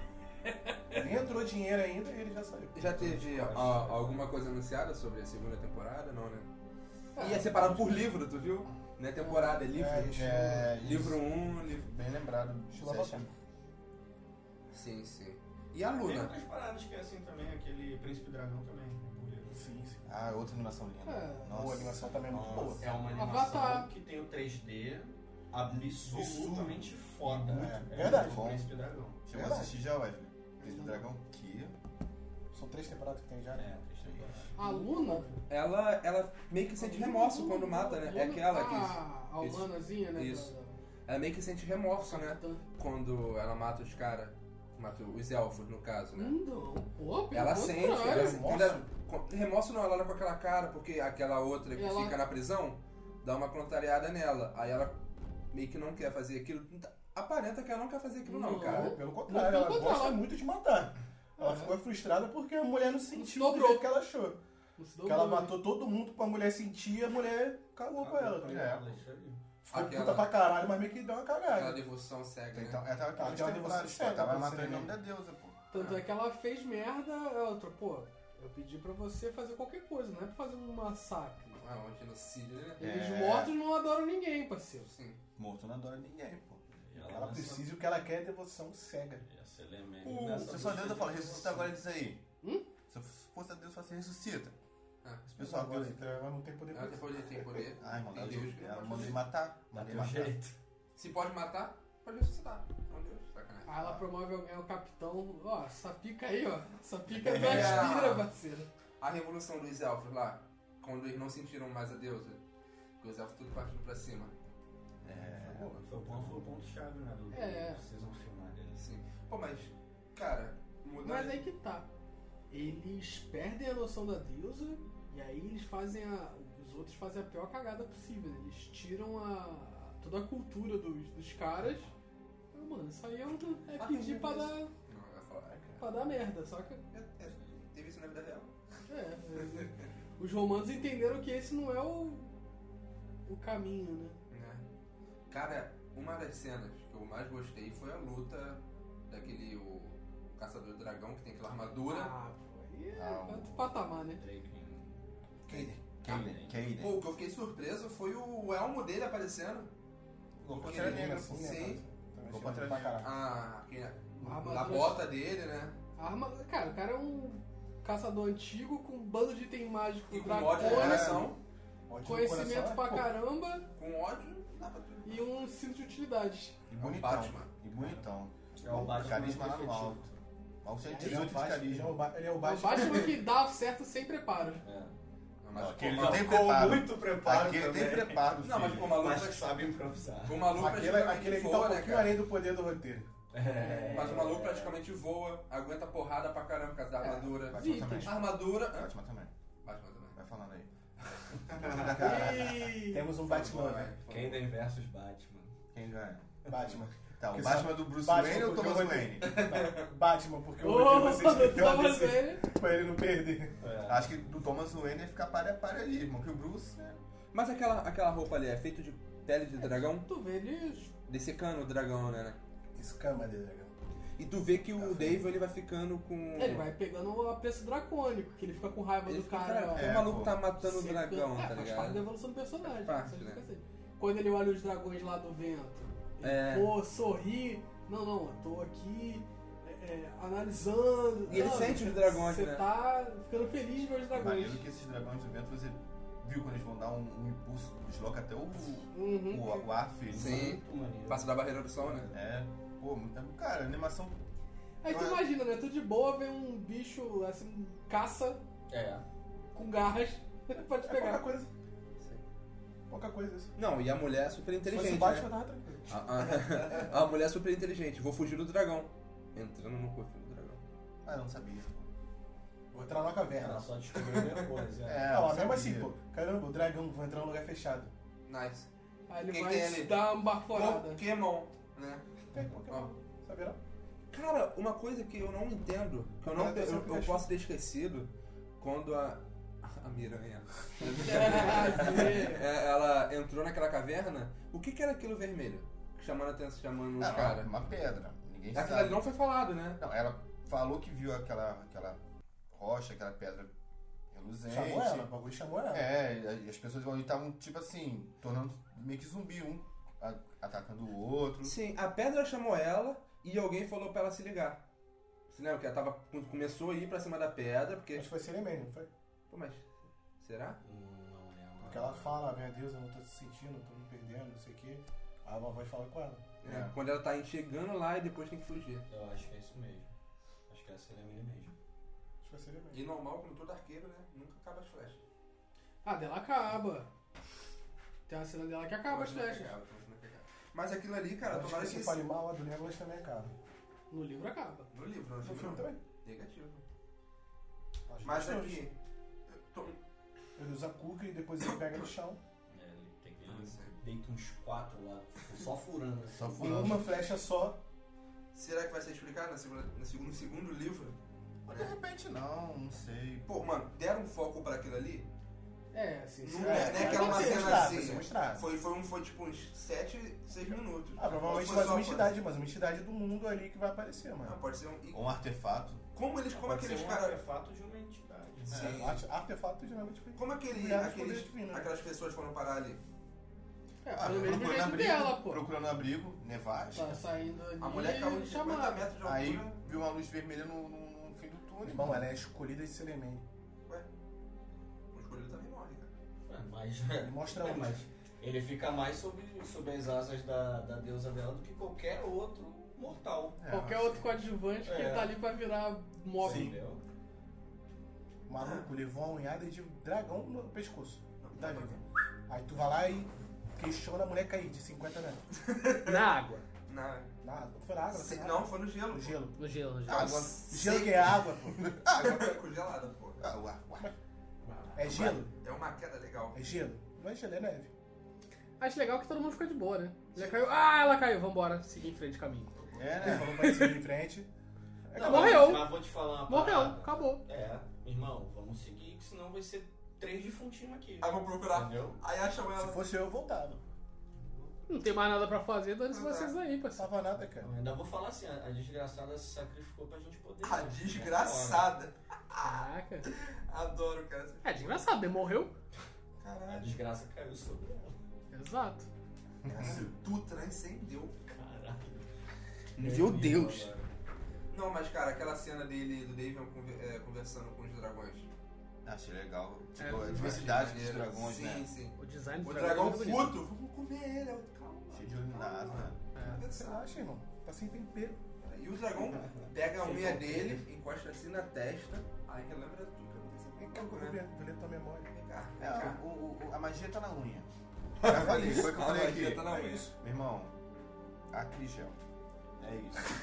Nem entrou dinheiro ainda e ele já saiu.
Já teve ó, alguma coisa anunciada sobre a segunda temporada? Não, né? E é separado por livro, tu viu? Não é temporada, é livro.
É, isso.
É, isso.
livro 1, um, livro.
Bem lembrado.
Estilo
Sérgio.
Avatar.
Sim, sim. E a
Tem
Luna?
outras paradas que é assim também, aquele Príncipe Dragão também. né?
Sim, sim.
Ah, outra animação linda.
É.
Boa, a animação também é muito boa.
É uma animação
Avatar.
que tem o 3D absolutamente foda.
Muito.
É,
Verdade.
O Príncipe Dragão.
Chegou a
Verdade.
assistir já, Wesley? Príncipe do Dragão? Que?
São três temporadas que tem já, né?
É, 3D.
A Luna?
Ela, ela meio que sente é remorso quando mata, né? É aquela que.
Ah, a humanazinha, né?
Isso.
da-
Ela meio que sente remorso, né?
da-
Quando ela mata os caras. Mata os elfos, no caso, né?
Não, pô, pelo
Ela sente,
contrário.
ela sente. né?
Remorso?
Ela, com- remorso não, ela olha com aquela cara, porque aquela outra que
Ela-
fica na prisão dá uma contrariada nela. Aí ela meio que não quer fazer aquilo. Aparenta que ela não quer fazer aquilo, não,
Não.
Cara,
cara.
pelo
Não,
contrário,
pelo
ela
contrário.
gosta muito de matar. Ela ficou frustrada porque a mulher não sentiu o
Dobrou.
jeito que ela achou.
Não se deu
Porque ela
bem, né?
matou todo mundo pra mulher sentir e a mulher cagou pra ela, tá ligado?
isso aí.
Ficou
Aquela-
puta pra caralho, mas meio que deu uma
Aquela
cagada.
devoção cega. né?
Então, ela tava
Tá,
aqui
tem uma
temporadas, pô. Tava
devoção cega,
matando
você
em nome
lembra?
da deusa, pô.
Tanto é que ela fez merda, a outra, pô, eu pedi pra você fazer qualquer coisa, não é pra fazer um massacre.
Ah, um genocídio, né?
Eles mortos não adoram ninguém, parceiro.
Sim.
Morto não adora ninguém, pô.
E
Ela
nessa-
precisa e o que ela quer é devoção cega.
Essa ela é meme. Nessa
Se eu sou Deus, eu falo, ressuscita agora e diz aí.
Hum?
Se eu fosse Deus, eu falasse, ressuscita.
Ah.
Esse pessoal, Deus.
então ela não tem poder pra
Ela tem
isso.
poder, tem poder.
Ai, mano,
tem Deus né? que não
ela
pode
mandou ele
fazer.
né? matar.
Dá
Mandei
teu
matar.
jeito.
Se pode matar, pode ressuscitar. Não, Deus, sacanagem.
Aí ela promove alguém, é o capitão, ó, essa pica aí, ó, essa pica não
É.
aspira, parceiro.
A revolução dos elfos lá, quando eles não sentiram mais a deusa, que os elfos tudo partindo pra cima.
É.
Foi o ponto, foi o ponto chave, né? Do,
É.
do Season Finale.
Sim. assim. Pô, mas, cara, mudando.
Mas aí que tá. Eles perdem a noção da deusa e aí eles fazem a. Os outros fazem a pior cagada possível, né? Eles tiram a. a- toda a cultura dos, dos caras. Ah, mano, isso aí é, um- é
Ah,
pedir
mas
pra
isso-
dar,
Não, eu ia falar, ah, cara.
pra dar merda, saca?
É, é, teve isso na vida real.
É, é. Os romanos entenderam que esse não é o. o caminho, né?
Né? Cara, uma das cenas que eu mais gostei foi a luta daquele. O, o caçador dragão que tem aquela armadura.
Ah, pô, aí é
Ah, o-
outro patamar, né?
Drake.
Kaden.
Kaden,
né?
Kaden.
Pô, o que eu fiquei surpreso foi o elmo dele aparecendo.
Igual
Porque
Pantera
ele-
Negra,
sim.
pô. Também
Igual
achei
Pantera
pra
Negra.
caralho.
Ah, aquele-
Uma
a
armadura-
bota dele, né?
A Arma... Cara, o cara é um caçador antigo com um bando de item mágico
E com né? Tipo, ódio no
dragões,
coração.
Ódio no
conhecimento
coração, né?
pra
pô,
caramba
Com ódio, dá pra tudo.
e um cinto de utilidades.
E
É o
bonitão.
Batman.
E bonitão.
É o Batman
Carisma lá no
perfeito.
alto. Mal sem
Ele é o
18 de
Batman. Ele é o
carisma.
Ba- ele é o
É o
Batman.
Batman que dá certo sem preparo.
É.
Não,
Não,
mas,
aquele
pô,
não
mas-
tem preparo.
muito preparo
Aquele tem
também.
preparo,
Não, mas
filho.
com uma luta.
Mas que sabe improvisar.
Com uma luta
Aquele,
praticamente
aquele que tá um
voa, né,
pouquinho
cara?
além do poder do roteiro.
É.
Mas o maluco praticamente voa, aguenta porrada pra caramba por causa
É,
da armadura.
Batman também.
Armadura. Hã?
Batman também.
Batman também.
Vai falando aí.
E...
Temos um Batman, né?
Quem tem versus Batman.
Quem ganha?
Batman.
Tá, o
Porque
Batman
sabe-
do Bruce
Batman
Wayne ou
porque
Thomas
eu
Wayne?
Não, Batman, porque o
Ô, tá
roteiro vocês me deu a
Thomas
DC
Wayne.
pra ele não perder.
Acho que do Thomas Wayne ia ficar pare a pare ali, irmão. Que o Bruce é
Mas aquela, aquela roupa ali é feita de pele de dragão,
Tu vê ele
dessecando o dragão, né?
Escama de dragão.
E tu vê que
É
o Dave ele vai ficando com.
Ele vai pegando a preço dracônico, que ele fica com raiva
Ele
do
fica,
cara. ó,
o
É,
maluco
pô.
tá matando o
secando.
dragão,
é, faz
tá
parte da
ligado?
evolução do personagem.
Faz
isso
parte,
aí
né?
fica assim. Quando ele olha os dragões lá do vento, ele,
É.
pô, sorri. Não, não, eu tô aqui é, é, analisando.
E ele
Não,
sente
você-
os dragões,
Você
né?
tá ficando feliz de ver os dragões.
maneiro que esses dragões do vento, você viu quando eles vão dar um, um impulso, desloca até o, o,
Uhum.
o ar, filho.
Sim.
Muito maneiro.
Passa da barreira do sol, né?
É, pô, cara, animação
Aí tu
Ah.
imagina, né? Tu de boa vê um bicho, assim, um caça
É.
com garras pra te
É pouca
pegar.
coisa. Pouca coisa assim. isso.
Não, e a mulher é super
Se fosse
inteligente.
o Batman, eu tava tranquilo.
né? a, a- a mulher é super inteligente. Vou fugir do dragão. Entrando no corpo do dragão.
Ah, eu não sabia.
Vou entrar numa caverna.
Ela só descobriu depois, né?
É,
não, mas
sabia.
mesmo assim, pô. Caramba, o dragão vai entrar num lugar fechado.
Nice.
Aí ele
Quem é, né?
vai
tem ali?
dar uma baforada.
Pokémon, né?
Tem Pokémon. Sabe não?
Cara, uma coisa que eu não entendo, que eu não
Cara,
eu,
eu
eu
acho-
posso ter esquecido, quando a. A Miranha. É, ela entrou naquela caverna, o que, que era aquilo vermelho? Chamando a atenção, chamando os
Não, é
caras.
uma pedra.
É
Ninguém
Aquilo
sabe.
ali não foi falado, né?
Não, ela falou que viu aquela, aquela rocha, aquela pedra reluzente.
Chamou ela, o bagulho chamou ela.
É, e as pessoas ali estavam, tipo assim, tornando meio que zumbi, um a- atacando o outro.
Sim, a pedra chamou ela e alguém falou pra ela se ligar. Você lembra que ela tava, começou a ir pra cima da pedra, porque.
Acho que foi Celemene, não foi?
Pô, mas. Será?
Não lembro.
Porque ela fala, meu Deus, eu não tô te sentindo, tô me perdendo, não sei o quê. Aí a vovó fala com ela.
É,
É.
Quando ela tá chegando lá e depois tem que fugir.
Eu acho que é isso mesmo. Acho que é a Celemene mesmo.
Acho que foi Celemene.
E normal, como todo arqueiro, né? Nunca acaba as flechas.
Ah, dela acaba. Tem uma cena dela que acaba as flechas.
Mas aquilo ali, cara,
Acho
tomara
que
que.
se fale mal, a do Legolas também é cara.
No livro acaba.
No livro,
No filme
não.
também.
Negativo.
Acho é que
Mas
não.
aqui. tô-
Ele usa a cuca e depois ele pega no chão.
É, ele tem que.
Ah, sei.
Ele deita uns quatro lá, só furando. assim.
Só
Com
furando.
uma flecha só.
Será que vai ser explicado na segunda, no segundo, no segundo livro?
Mas de repente não, não sei.
Pô, mano, deram um foco pra aquilo ali?
É, assim,
Não
será?
é, né? Aquela uma
Vai ser
cena
mostrado,
assim.
vai ser mostrado.
Foi, foi, um, foi tipo uns 7, 6 minutos.
Ah, provavelmente
Ou foi
mais
só
uma
coisa?
entidade, mas uma entidade do mundo ali que vai aparecer,
Não,
mano.
pode ser um. e
Ou um artefato.
como eles. Como
Pode
aqueles
ser um
caras.
artefato de uma entidade.
Sim.
É, arte- artefato geralmente foi.
Como aquele,
Criados
aqueles,
poderes divinos, né?
aquelas pessoas foram parar ali?
É,
Ah,
pelo mesmo
procurando
jeito
abrigo,
dela, pô.
procurando abrigo, nevasca.
Tá saindo ali
A mulher caiu de 50
chamada.
metros de altura.
Aí viu uma luz vermelha no, no- no fim do túnel.
Irmão, ela é escolhida de Selemene.
O escolhido também morre, cara.
É, mas.
Ele mostra
É,
onde.
mas ele fica mais sob, sob as asas da, da deusa dela do que qualquer outro mortal.
É,
Qualquer outro coadjuvante que
É.
tá ali pra virar mob.
Entendeu?
Maluco, levou uma unhada de dragão no pescoço.
Não,
Tá
não,
vivo. Aí tu vai lá e questiona a mulher cair de 50 metros.
Na água.
não. é.
Nada, não foi na água,
Se-
tá-
foi na água.
não, foi no gelo.
No
pô.
gelo.
No gelo, no gelo.
Água.
Gelo que é água, pô.
Água foi congelada, pô.
Ah, uá, uá.
É gelo?
É uma queda legal.
É gelo? Não é gelo, é neve.
Acho legal que todo mundo fica de boa, né? Já caiu. Ah, ela caiu. Vambora. Seguir em frente, caminho.
É,
Ele
né?
falou pra ele seguir em frente. É
Não,
capaz-
morreu.
Mas, mas vou te falar uma
Morreu.
parada.
Acabou.
É, irmão, vamos seguir, que senão vai ser três defuntinhos aqui.
Aí vou procurar.
Entendeu?
Aí acham ela.
Se fosse eu, eu voltava.
Não tem mais nada pra fazer, dane-se vocês aí,
Não
parceiro.
tava nada, cara.
Eu ainda vou falar assim, a, a desgraçada se sacrificou pra gente poder.
A
ir, né?
desgraçada.
Caraca.
Adoro, cara.
É desgraçado, né? Morreu.
A
Caralho.
desgraça caiu sobre ela.
Exato.
Caralho, Tu transcendeu.
Caralho.
Meu
Terrível
Deus.
agora.
Não, mas cara, aquela cena dele do Davion conver- é, conversando com os dragões.
Ah, Achei legal.
É,
Tipo, a
mas-
diversidade dos
Maneiro.
dragões,
sim,
né?
Sim,
O design do
O dragão
é bonito.
puto. Vamos comer ele. eu- Calma.
Cheio de iluminado, né?
Conversar.
Relaxa, irmão. Tá sem tempero.
E o dragão pega a unha dele, encosta assim na testa, aí relembra tudo que aconteceu com
Vem
o
cá,
Goku,
vou
né?
ler vou ler tua memória.
Vem cá, vem
É,
cá.
Então, o, o- o- a magia tá na unha. Já falei, foi o que eu falei aqui.
Tá na
É
unha.
isso.
Meu irmão, acrigel. É isso.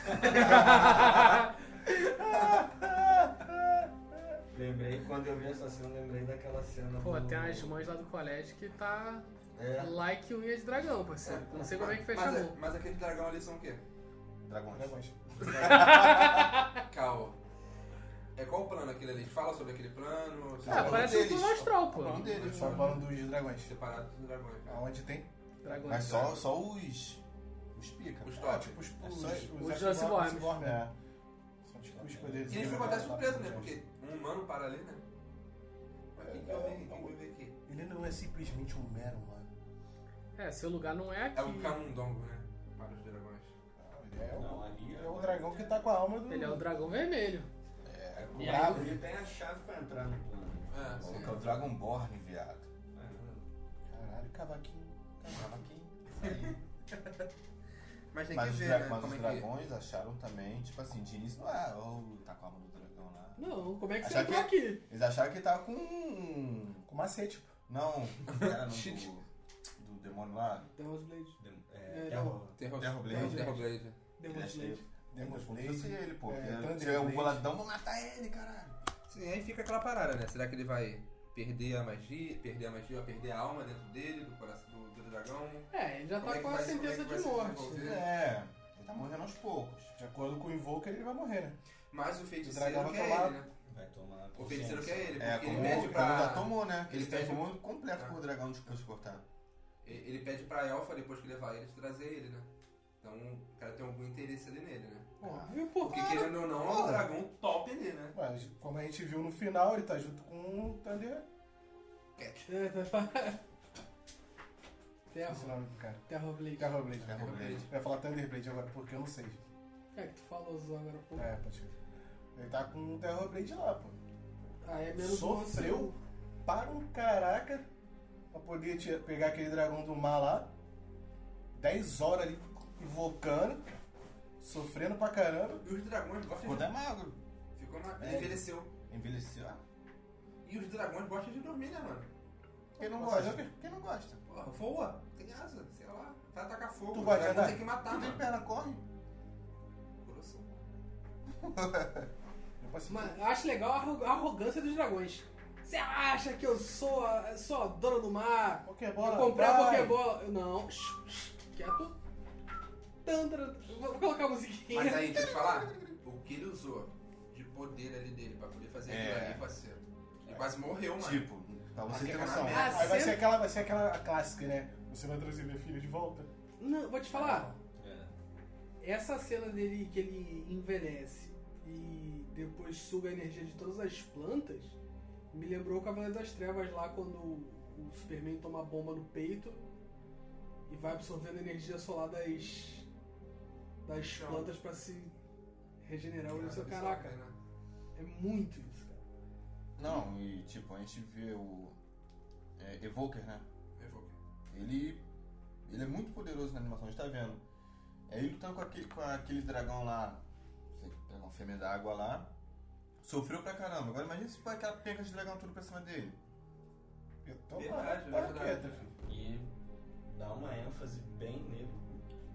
Lembrei, quando eu vi essa cena, lembrei daquela cena.
Pô,
do-
tem umas mães lá do colégio que tá
É,
like unha de dragão, parceiro. Não sei como é que fecha a
mas,
mão.
mas aqueles dragão ali são o quê?
Dragões.
Dragões.
Calma. É qual o plano aquele ali? Fala sobre aquele plano.
É,
um
parece um
deles.
plano astral,
É
pô.
Um deles.
Só falando dos dragões.
Separado né? dos dragões.
Aonde tem?
Dragões.
Mas só, só os. Os pica.
Os
Ah,
top.
tipo os
É
os-
só-
os
os
Axeborn-
Axeborn.
Axeborn, né?
É.
São tipo os poderes.
E ele ficou até surpreso, né? Porque um humano para ali, né? Mas quem que
É,
eu vi?
um
Quem que eu vi aqui?
Ele não é simplesmente um mero humano.
É, seu lugar não é aqui.
É o camundongo, né? Para os dragões.
Não, Ele é o,
Não, ali
ele é o dragão que tá com a alma do.
Ele é o dragão vermelho.
E aí
brabo.
o Rio tem a chave pra entrar no plano. É.
É,
Maluco,
sim.
é o Dragonborn, viado.
Caralho, cavaquinho.
Mas tem
Mas
que
os,
ver,
dra-
né?
mas os
Como é que...
dragões acharam também, tipo assim, de início, ah, oh, tá com a alma do dragão lá.
Não, como é que você
Achar
entrou aqui?
Eles acharam que ele tava com um.
Com macete, pô.
Não, era no, do, do demônio lá.
The Roseblade.
É,
É,
terror.
Terror- né?
Terrorblade.
Terrorblade.
The
Ele achei.
Roseblade.
Demon's
Demon's
Blade.
Blade.
ele, pô.
É,
É,
Thunder
é um
Blade.
boladão, vou matar ele, caralho.
Sim, aí fica aquela parada, né? Será que ele vai perder a magia, perder a magia, perder a alma dentro dele, do coração do, do dragão?
É, ele já
Como é
tá
que
com a
vai-
sentença
como é
de
que vai se
morte.
desenvolver?
É, ele tá morrendo aos poucos. De acordo com o Invoker, ele vai morrer, né?
Mas o
O dragão
feiticeiro
vai
quer
tomar-
ele, né?
Vai tomar.
O feiticeiro
consciência.
quer ele, porque
É,
ele
como
pede
ele
pra.
já tomou, né?
ele
Ele se
pede-
transformou completo
Ah.
por dragão depois de cortar.
Ele ele pede pra Elfa, depois que levar ele, trazer ele, né? Então o cara tem algum interesse ali nele, né?
Óbvio, pô.
Porque querendo ou não, é um dragão top ali, né?
Mas, como a gente viu no final, ele tá junto com o Thunder.
É, tá- Terra,
Esse é nome do cara.
Terrorblade.
Terrorblade.
Terrorblade.
Eu ia falar Thunderblade agora, porque eu não sei.
É, que tu falou só agora, pô.
É, pode ser. Ele tá com o Terrorblade lá, pô.
Ah, é menos um
Sofreu para um caraca pra poder te- pegar aquele dragão do mar lá. 10 horas ali invocando, sofrendo pra caramba.
E os dragões gostam
Ficou
de.
até é magro.
Ficou na.
É.
Envelheceu.
Envelheceu. Ah,
E os dragões gostam de dormir, né, mano?
Quem não
Mas
gosta? Quem não gosta?
Porra, voa, tem asa, sei lá. Vai atacar fogo.
Tu
o
vai
dragão
andar?
tem que matar,
Tu tem
mano.
perna, corre.
Coração.
Depois assim,
Mano, eu acho legal a arro- a arrogância dos dragões. Você acha que eu sou a, sou a dona do mar?
Pokébola,
vou comprar
vai.
Pokébola. Eu- Não. Quieto. Tantra. Vou colocar a musiquinha.
Mas aí, deixa eu te falar, o que ele usou de poder ali dele pra poder fazer
É.
aquilo ali, parceiro. Ele quase morreu, mano.
Tipo, pra você ter noção.
Ah,
Ah,
Aí vai
cê-
ser, aquela, vai ser aquela clássica, né? Você vai trazer minha filha de volta.
Não, vou te falar.
É.
Essa cena dele que ele envelhece e depois suga a energia de todas as plantas me lembrou o Cavaleiro das Trevas lá quando o o Superman toma a bomba no peito e vai absorvendo a energia solar das, das
Chão.
plantas pra se regenerar. Olha só,
Cara,
caraca,
bizarro, né?
é muito isso, cara.
Não, e tipo, a gente vê o. É, Evoker, né?
Eu vou-
Ele. Ele é muito poderoso na animação, a gente tá vendo. É ele lutando com aquele, com aquele dragão lá. não sei, Dragão fêmea da água lá. Sofreu pra caramba. Agora imagina se foi aquela penca de dragão tudo pra cima dele.
Eu tô
Verdade,
lá,
verdade.
quieto, filho.
E dá uma ênfase bem nele,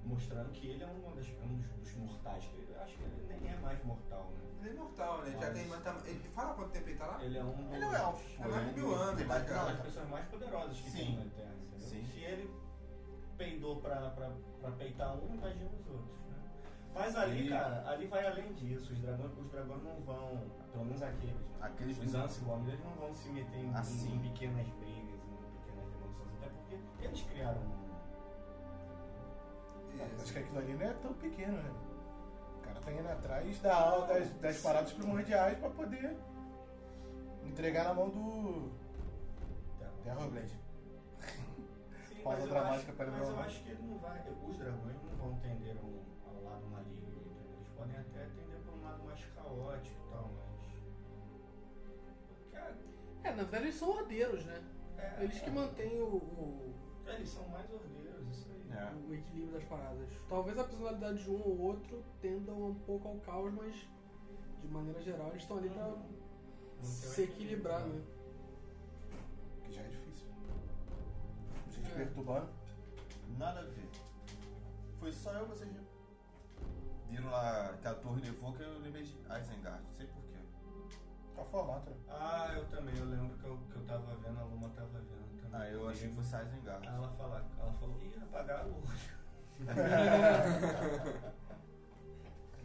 mostrando que ele é uma das- um dos, dos mortais. Que eu acho que ele nem é mais mortal, né?
Ele é imortal, né? Ele já
Mas-
tem. mas tá- Ele fala quanto tempo ele tá lá?
Ele é um dos,
Ele é um elfo.
É mais de mil
Ele-
anos,
tem mais-
né,
não,
cara?
uma
ele
das pessoas mais poderosas que
Sim.
tem na Terra. entendeu?
Sim.
Se ele peidou pra, pra, pra peitar um, imagina os outros, né? Mas ali,
Ele-
cara, ali vai além disso. Os dragões, os dragões não vão, pelo menos aqueles, né?
Aqueles
Os Ancilomos, eles não vão se meter em,
Assim.
em pequenas brigas, em pequenas revoluções, até porque eles criaram um
tá
Acho
Isso.
que aquilo ali não é tão pequeno, né? O cara tá indo atrás da, das, das paradas primordiais pra poder entregar na mão do Terrorblade.
Sim,
Pausa
mas eu
dramática
acho-
para
Mas eu
dragão.
acho que ele não vai. Os dragões não vão tender ao, ao lado maligno, entendeu? Eles podem até tender para um lado mais caótico e tal, mas. Cara,
É, na verdade eles são ordeiros, né?
é,
Eles que mantêm o- o,
Eles são mais ordeiros, isso aí.
É.
o equilíbrio das paradas. Talvez a personalidade de um ou outro tendam um pouco ao caos, mas de maneira geral eles estão ali
Tá
pra
Não- não
se
tem um o
equilibrar, né?
Que já é difícil. Gente perturbando.
Nada a ver. Foi só eu, vocês já viram lá que a torre levou que eu lembrei de Isengard, não sei porquê.
Tá formato, né?
Ah, eu também, eu lembro que eu, que eu tava vendo, a Luma tava vendo também.
Ah, eu achei que fosse Isengard.
Aí Ela, fala, ela falou, ih, apagaram o olho.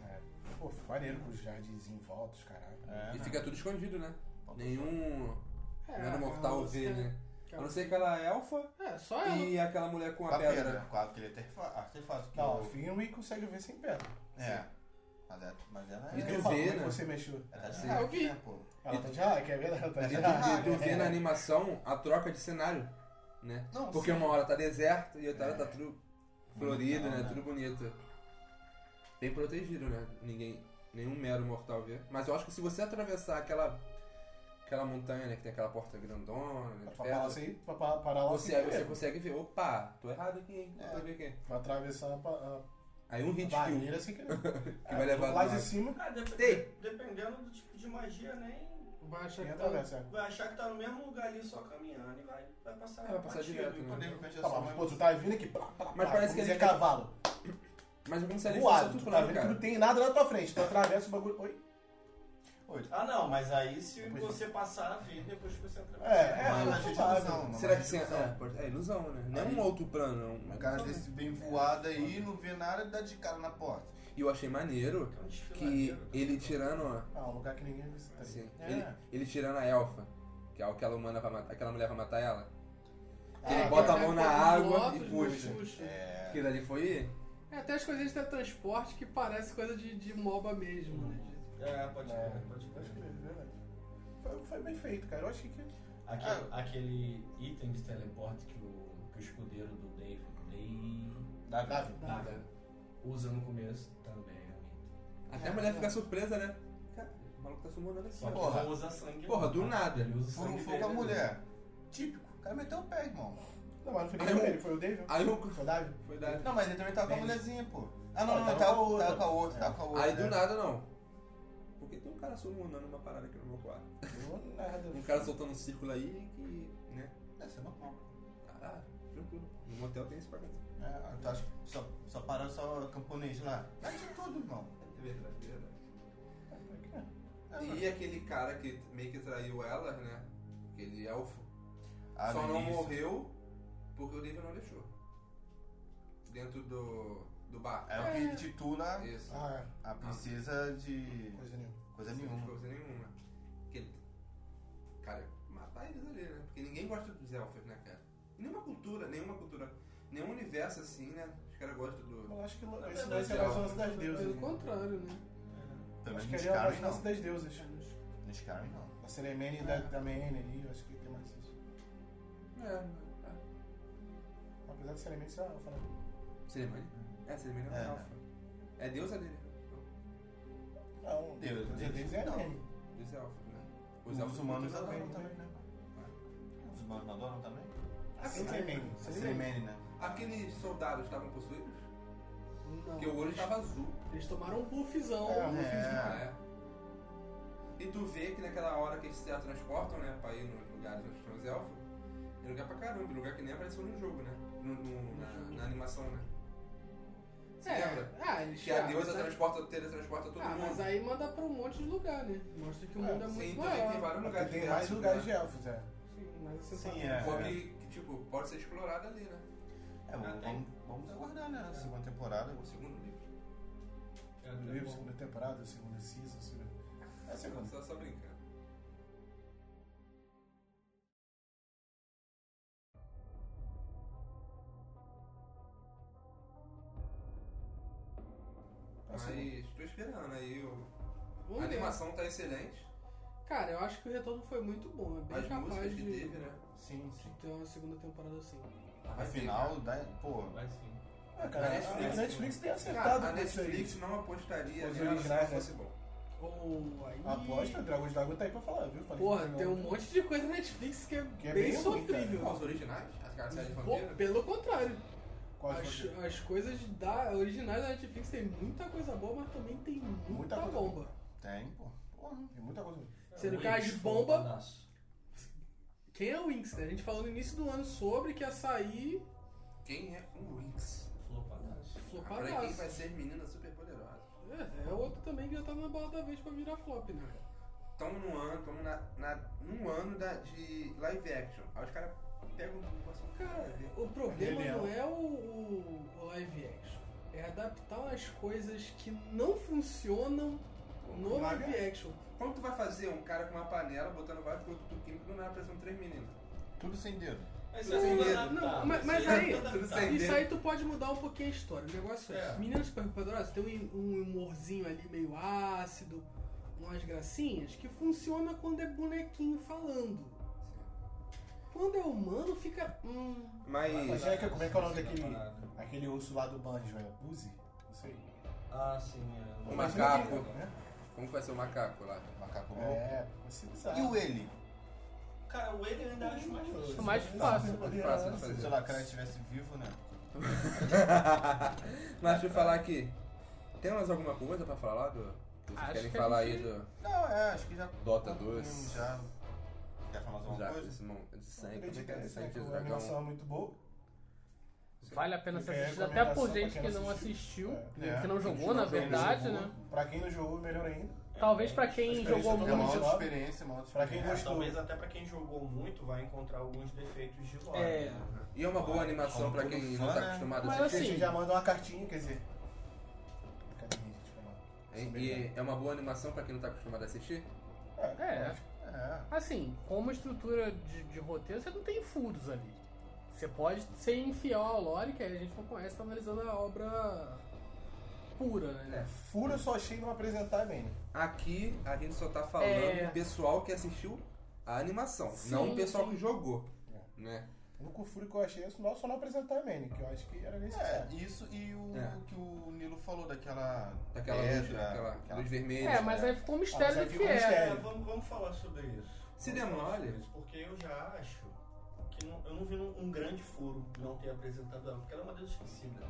É. Pô, ficou maneiro com os jardins em volta, os caralho.
É,
E
né?
fica tudo escondido, né?
Faltou
Nenhum. Nenhum mortal
a-
vê,
é,
né? A não ser aquela elfa
É, só ela.
e aquela mulher com
Com a
a pedra.
pedra, com aquele artefa- artefato que
Não, o
eu...
Finway consegue ver sem pedra.
É. Mas, é, mas ela é...
E
Isso que eu
tu
falo,
vê,
como é que
né?
você mexeu?
Ela tá de
Sim.
hack,
eu vi.
né, pô?
Ela tá de ah, quer ver? Ela tá de
Ela tá de-
ah,
E tu vê na
é.
animação a troca de cenário, né?
Não,
Porque
sim.
uma hora tá deserto e outra hora
É.
tá tudo florido,
Bonitão,
né?
né?
Tudo bonito. Bem protegido, né? Ninguém. Nenhum mero mortal vê. Mas eu acho que se você atravessar aquela. aquela montanha, né? Que tem aquela porta grandona, né?
Pra
de
assim, parar lá
pedra,
sem- pra pa- parar lá
você, é,
sem
você
ver.
consegue ver, opa, tô errado aqui, hein?
É.
Deixa eu ver aqui.
Vai atravessar a, pa-
Aí um
a
hit kill
barreira sem querer.
que vai levar
Lá
do
de
lado.
cima
Ah, dep-
Tem.
dependendo do tipo de magia, nem.
Vai achar
e
que tá...
atravessa.
Vai achar que tá no mesmo lugar ali só caminhando e vai, vai passar.
É, vai passar
batido.
direto,
Então,
né?
de repente, é
Tá,
só
mas,
uma-
pô, tu tá vindo aqui, plá, plá,
Mas
plá, como
parece que
dizer é
ele- tá
cavalo.
Mas eu como se ali fosse
Voado,
outro
tu tá
plano,
vendo que
cara.
não tem nada na tua frente. Tu atravessa o bagulho. Oi?
depois.
Ah, não, mas aí se você passar a ver, depois que você entra.
É, é,
Mas-
uma legitimação. uma
Será que sim?
um
legitimação.
É, pode- é ilusão, né? Não é um outro plano, não.
O
então,
cara
né?
desse bem voado aí, não vê nada, dá de cara na porta.
E eu achei maneiro
É um
que
desfiladeiro, né?
ele tirando. ó,
Ah, um lugar que ninguém visita.
Assim,
É.
ele, ele tirando a elfa, que é aquela humana vai matar, aquela mulher vai matar ela.
É,
ele bota a
né,
mão na
com os
água
votos,
e puxa. É.
puxa.
Aquilo ali foi.
É, até as coisas de teletransporte que parece coisa de, de MOBA mesmo, né?
É, pode crer, pode crer.
Acho que é verdade. Foi, foi bem feito, cara. Eu achei que.
Aquele, aquele item de teleporte que o, que o escudeiro do Dave, Dave
Davi.
Davi usa no começo também é um item.
Até a mulher fica surpresa, né? Cara, o maluco tá sumonando aqui.
Só que
Porra.
não usa sangue.
Porra, do
não.
nada.
Ele usa
Fura um
sangue
fogo a
dele. né?
mulher. Típico. O cara meteu o pé, irmão.
Não, mas não foi nem
Aí eu-
ele, foi o David.
Aí o.
Foi o Davi.
Foi da.
Não, mas ele também tava com a
Bem.
mulherzinha, pô. Ah, não,
Ah,
não,
tava
tava,
com a outra.
tava com a outra, tava com a outra.
Aí do
né?
nada não. Por que tem um cara sumonando uma parada aqui no meu quarto?
Não, nada.
Um cara soltando um círculo aí que. né?
Deve ser normal.
Ah, tranquilo. No motel tem esse pra casa.
É, tu acha que só, só parou só camponês lá? Mas de tudo, irmão.
É verdade, é verdade.
É,
E aquele cara que meio que traiu ela, né? Aquele elfo.
Ah,
só
no
não
início.
morreu porque o David não deixou. Dentro do, do bar.
É o que ele titula
Isso.
Ah, é.
a princesa de
Coisa nenhuma.
coisa
Sem
nenhuma.
coisa nenhuma. Que ele- Cara, matar eles ali, né? Porque ninguém gosta dos elfos, né, cara? Nenhuma cultura, nenhuma cultura, nenhum universo assim, né? Os caras gostam do.
Eu acho que
Na
esse
verdade,
lance
é
era
uma-
o lance das
Pelo
deusas. né?
contrário, né?
Pelo menos
Acho que
no
ali era
Skyrim,
o lance
não.
das deusas.
No Skyrim, não.
A cerimônia da, da Mene ali, eu acho que tem mais isso.
É,
Apesar de cerimônia, isso eu falei.
cerimônia? É, cerimônia é
É,
um elfo. É deusa dele.
Não,
Deus,
os
Deus,
deles é
não.
Mene.
Dos elfos, né?
Os, humanos adoram
culturam bem, né?
também, né? Os humanos não adoram também?
Assim, Mene.
A Cerimene, né?
Aqueles soldados estavam possuídos?
Não.
Porque o olho estava azul.
Eles tomaram um buffzão.
É, um
É.
É. E tu vê que naquela hora que eles se transportam, né, pra ir nos lugares onde estão os elfos, é lugar pra caramba, lugar que nem apareceu no jogo, né? No, no- na, na animação, né? Você lembra?
ah, eles
Que a
ah,
deusa
mas aí-
transporta, teletransporta todo
Ah,
mundo.
mas aí manda pra um monte de lugar, né? Mostra que o mundo é, muito
Sim, também tem
maior.
vários
Porque
lugares
tem
de
mais
elfos,
lugares de
né?
elfos, é.
Sim, mas você
Sim,
sabe.
é.
Só que, que, tipo, pode ser explorado ali, né?
É, vamos, vamos, vamos aguardar, né? A segunda temporada.
O segundo livro.
É,
Do
tá
livro,
bom.
segunda temporada, segunda season, segunda. É a segunda.
Só, só brincando.
É a segunda.
Mas tô esperando aí. o-
Vamos
A
ver.
animação tá excelente.
Cara, eu acho que o retorno foi muito bom. É bem
As músicas
capaz
que
de,
teve, né? Tá
Sim, sim.
de ter uma segunda temporada assim.
Vai ter,
Afinal, dá, pô,
Vai sim.
Ah, cara,
A
a
Netflix-
Netflix, tem tá acertado
Cara, a
com isso aí.
Netflix não apostaria
Os
nela se não
originais, né?
fosse bom.
Ou aí.
Aposta, Dragões da Água tá aí pra falar, viu? Falei
Porra,
que não.
tem um monte de coisa na Netflix que é,
Que é
bem,
bem ruim,
sofrível.
Não, os originais? As caras de
Pô,
vampiro?
pelo contrário.
Quase
As,
foi.
as coisas da originais da Netflix tem muita coisa boa, mas também tem muita,
Muita coisa
bomba.
tem, pô. Porra.
Tem muita coisa.
Sendo
É
que as bomba. Quem é o Winx, né? A gente falou no início do ano sobre que ia sair
Quem é o Winx?
Flopadaço.
Agora é quem
flopadaço.
vai ser menina super poderosa?
É, é outro também que já tá na bola da vez pra virar flop, né?
Tamo num um ano, tamo na, na, num ano da, de live action. Aí os caras pegam um passam
Cara, o problema
Rei Leão.
não é o, o- o live action. É adaptar umas coisas que não funcionam no
live
live action.
Como tu vai fazer um cara com uma panela botando vários produtos químicos não vai aparecer um três meninas?
Tudo sem dedo.
Mas é
Não,
aí
medo.
adaptar,
não,
mas
mas- mas
aí
aí-
adaptar.
Tudo sem-
Isso aí tu pode mudar um pouquinho a história. O negócio é,
É.
meninas super poderosas tem um, um humorzinho ali meio ácido, umas gracinhas, que funciona quando é bonequinho falando. Quando é humano, fica. Hum,
Mas
Mas.
é que como é que é o nome daquele.
Parada.
Aquele urso lá do banjo, é Buzi? Não sei.
Ah, sim, é.
O
Mas-
macaco.
né?
Como que vai ser o macaco lá?
Macaco louco.
É, você sabe.
E o ele?
Cara, o ele eu ainda acho mais fácil.
é mais fácil.
Muito fácil de
Se o
fazer.
Lacraia estivesse vivo, né?
Mas deixa eu falar aqui. Tem mais alguma coisa pra falar do. Vocês
Acho
querem
que a
falar
gente-
aí do.
Não, é, acho que já.
Dota 2.
Já. Quer falar mais alguma
Tá Já,
Tá
coisa?
esse mão de sangue.
Eu
Como é
acredito
que é de
que
sangue de
a animação
dragão?
é muito boa.
Vale a pena
Fica
ser
aí a
assistido, até por
recomendação pra
gente
quem
que
não
não
assistiu.
assistiu,
É.
que não
É,
jogou,
quem
na
jogou,
verdade,
não
né?
Pra quem não jogou, melhor ainda.
Talvez pra quem jogou
Experiência
muito.
totalmente
É uma
nova.
auto-experiência, uma
Pra quem
É,
gostou.
talvez até pra quem jogou muito vai encontrar alguns defeitos de lore.
É.
né?
E é uma boa animação
como
pra
todo
quem
fã,
não tá
né?
acostumado a
Mas
assistir.
A gente
assim,
já manda uma cartinha, quer dizer. Cadê, gente? Foi mal.
E- E é uma boa animação pra quem não tá acostumado a assistir?
É.
É.
Assim, como estrutura de, de roteiro, você não tem furos ali. Você pode ser infiel ao lore, que aí a gente não conhece, tá analisando a obra pura, né?
Furo eu só achei não apresentar bem. né?
Aqui a gente só tá falando
É.
do pessoal que assistiu a animação,
Sim,
não o pessoal
sim.
que jogou. Né?
O único furo que eu achei é só só não apresentar bem, que eu acho que era
É,
necessário.
isso e o
É.
que o Nilo falou daquela.
Daquela
É,
luz,
pedra,
aquela, luz vermelha.
É, mas aí ficou um mistério
mas aí
do que
fica um
é.
mistério.
É, vamos, vamos falar sobre isso.
Se
Vamos falar
demole.
sobre isso, Porque eu já acho que não- eu não vi um, um grande furo não ter apresentado ela, porque ela é uma deusa esquecida.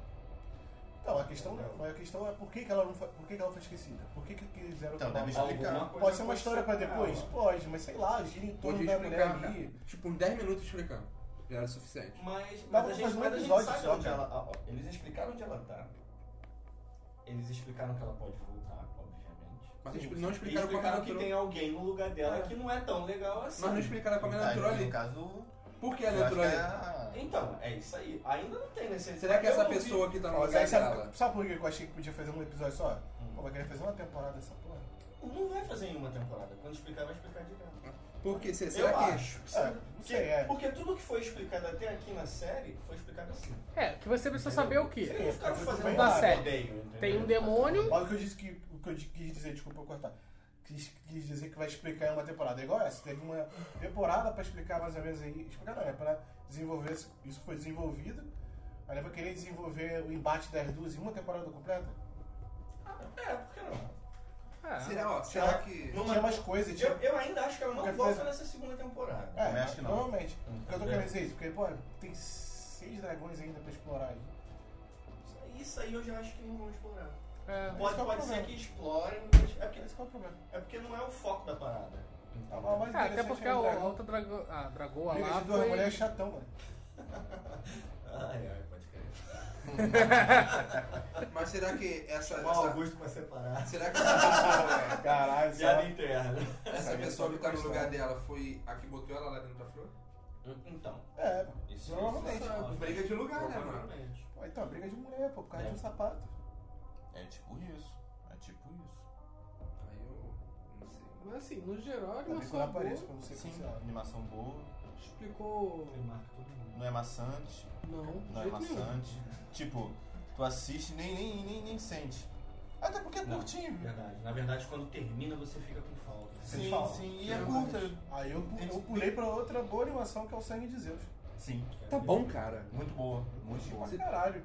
Então, a questão, mas a questão é por que, que ela não foi, por que, que ela foi esquecida? Por que, que quiseram
Então,
acabar
deve
mal?
explicar.
Alguma coisa
Pode ser uma história pra
aconteceu com
depois?
ela.
Pode, mas sei lá, gira em torno
Hoje
da mulher
explicar,
ali.
né?
cara, tipo, uns 10 minutos explicando. Já era o suficiente.
Mas,
Dá
mas
pra
a gente,
fazer um
mas a gente
episódio
sabe
só,
onde
cara.
ela. ah, ó, Eles explicaram onde ela tá. Eles explicaram que ela pode voltar, obviamente.
Mas tipo, não
E
explicaram como ela
explicaram que
entrou.
tem alguém no lugar dela
É.
que não é tão legal assim.
Mas não explicaram como ela
Ah,
entrou
No
Tá ali.
caso,
Por que
eu
ela
acho que
entrou
é
ali?
a-
Então, é isso aí. Ainda não tem necessidade.
Será que
é- Eu
essa
não vi-
pessoa que tá no
Mas
lugar
aí
dela...
sabe, sabe por que eu achei que podia fazer um episódio só?
Hum.
Pô, vai querer fazer uma temporada dessa porra?
Não vai fazer em uma temporada. Quando explicar, vai explicar de cara.
Por que? se-
Eu
Será que...
acho. que
É,
sim.
não sei, é.
Porque tudo que foi explicado até aqui na série foi explicado assim.
É, que você precisa saber o que.
é,
Eles ficaram
Sim,
fazendo
foi
da
um
série.
rodeio, entendeu?
é
Tem um demônio.
Olha o que eu disse que. O que eu di- quis dizer, desculpa eu cortar. Quis, quis dizer que vai explicar em uma temporada. É igual essa, teve uma temporada pra explicar mais ou menos aí. Explicar não, é pra desenvolver. isso- Isso foi desenvolvido. Aí vai querer desenvolver o embate das duas em uma temporada completa?
É, por que não?
É.
Será, ó, será que...
Não,
Tinha
mas
umas coisas, tinha.
eu, eu ainda acho que ela não
Qualquer
volta
coisa.
nessa segunda temporada.
É,
Também acho que não.
provavelmente. O que eu tô
Entendeu?
querendo dizer é isso, porque, pô, tem seis dragões ainda pra explorar aí.
Isso aí eu já acho que não vão explorar.
É.
Pode,
que é o
pode ser
problema.
que explorem, mas é porque,
Esse qual é o problema?
é porque não é o foco da parada.
Ah, mas o
É,
mais
até
interessante
porque
é
a
o dragão.
outra drago... a dragoa
Briga
lá
de duas mulheres é
foi...
chatão, mano.
Ai, ai, pode crer.
Mas será que essa...
Chamar o
essa-
Augusto pra separar.
Será que essa pessoa...
Caralho,
Piada
sabe?
interna.
Essa
Aí
pessoa
só
que tá no
depois
lugar
sabe.
dela foi a que botou ela lá dentro da flor?
Então,
É,
isso
Provavelmente.
isso é uma-
Briga de lugar, né, mano?
Provavelmente.
pô, então, briga de mulher, pô, por causa
É.
de um sapato.
É tipo isso. É tipo isso.
Aí eu não sei.
Mas assim, no geral, a
Ainda bem que eu não
animação boa,
apareço pra não ser
Sim,
cancelado.
animação boa.
explicou...
Ele marca todo mundo.
Não é maçante.
Não, de
Não é
jeito nenhum.
maçante. Tipo, tu assiste e nem, nem, nem, nem sente. Até porque é
Não.
curtinho.
Verdade. Na verdade, quando termina, você fica com falta.
Sem
Sim,
falar.
sim. E é curta.
Aí eu, eu pulei pra outra boa animação que é o Sangue de Zeus.
Sim.
Tá bom, cara.
Muito boa. Muito
Curti
boa.
pra caralho.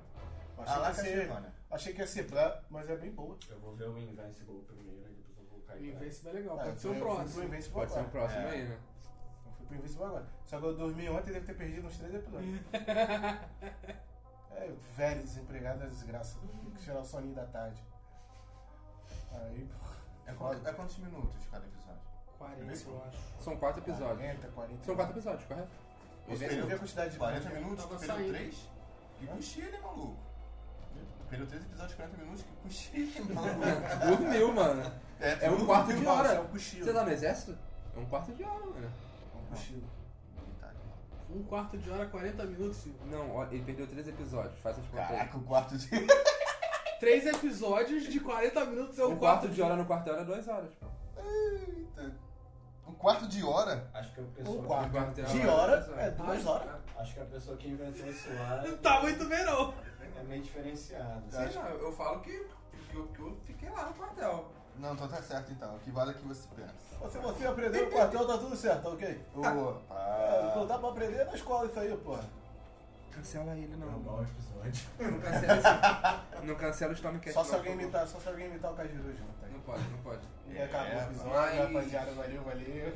Eu
A Ah, lá
Achei
que
que, ia ser, achei que ia ser blá, mas é bem boa.
Eu vou ver o Invincible primeiro, e depois eu vou
O
cair. pra-
Invincible é legal,
Ah,
pode ser o
eu Fui pro
próximo.
Invincible
Pode ser um
agora.
próximo
É.
aí, né?
Eu fui pro Invincible agora. Só que eu dormi ontem e devo ter perdido uns três episódios. é, velho, desempregado é desgraça. Tem que tirar o soninho da tarde. Aí,
É, quanto- é quantos minutos cada episódio?
40, eu acho.
São quatro episódios.
É.
40, 40.
São quatro episódios, correto?
Esse
Eu vi a
período,
quantidade de
40 minutos,
Tava
período
saindo.
3? Que cochilha, maluco. Período 3 episódios, 40 minutos, que cochilha, maluco.
Dormiu, mano. É um
tudo
quarto
muito
de
mal,
hora.
É um cochilo.
Você tá no exército? É um quarto de hora, mano.
É um cochilo.
Um quarto de hora, 40 minutos. filho.
Não, ó, ele perdeu três episódios. Faz as contas aí.
Caraca, o quarto de...
Três episódios de 40 minutos é um,
Um quarto de hora no quarto de hora é duas horas. pô.
Eita. Um quarto de hora?
Acho que a pessoa.
Um
Ah,
quarto
quarto
de hora é duas
Ah,
horas.
Acho que a pessoa que inventou esse ar
Não tá muito bem, não.
é meio diferenciada.
Sei lá, eu falo que que eu, que eu fiquei lá no quartel.
Não, então tá certo então. O que vale é o que você pensa.
Você, você aprendeu no quartel, tá tudo certo, tá ok? É, não
Opa!
dá pra aprender na escola isso aí, porra.
Cancela ele, não.
mau é um episódio.
Não cancela, esse- não cancela o Stormcast.
Só
não,
se alguém
por favor.
imitar, só se alguém imitar o Kajiru junto aí.
Não pode, não pode.
tá E acabou
É,
o episódio,
mas-
rapaziada. Valeu, valeu.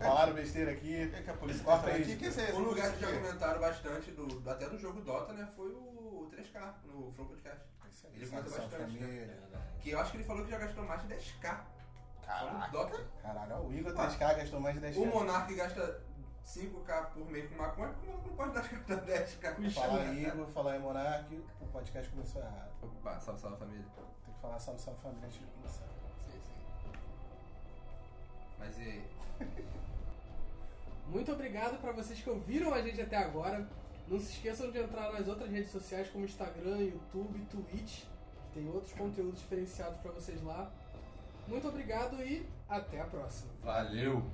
Falaram besteira aqui.
É que a polícia
Corta
tá
aí,
aqui, que isso é
Um lugar que já
Isso
comentaram bastante, do, até do jogo Dota, né? Foi o 3K, no Flow Podcast. Ele
Salve,
conta
salve,
bastante,
família.
né?
Que eu acho que ele falou que já gastou mais de 10k.
Caraca.
Dota.
Caralho, o Igor 3K gastou mais de 10
O Monark gasta
5k por mês com maconha, porque o maluco não pode dar cartão 10k com
Fala
maconha.
aí, Igor, fala aí, Monark. O podcast começou errado.
Opa, salve, salve família.
Tem que falar salve, salve família antes de começar.
Sim, sim. Mas e aí?
Muito obrigado para vocês que ouviram a gente até agora. Não se esqueçam de entrar nas outras redes sociais como Instagram, YouTube, Twitch, que tem outros conteúdos diferenciados para vocês lá. Muito obrigado e até a próxima.
Valeu!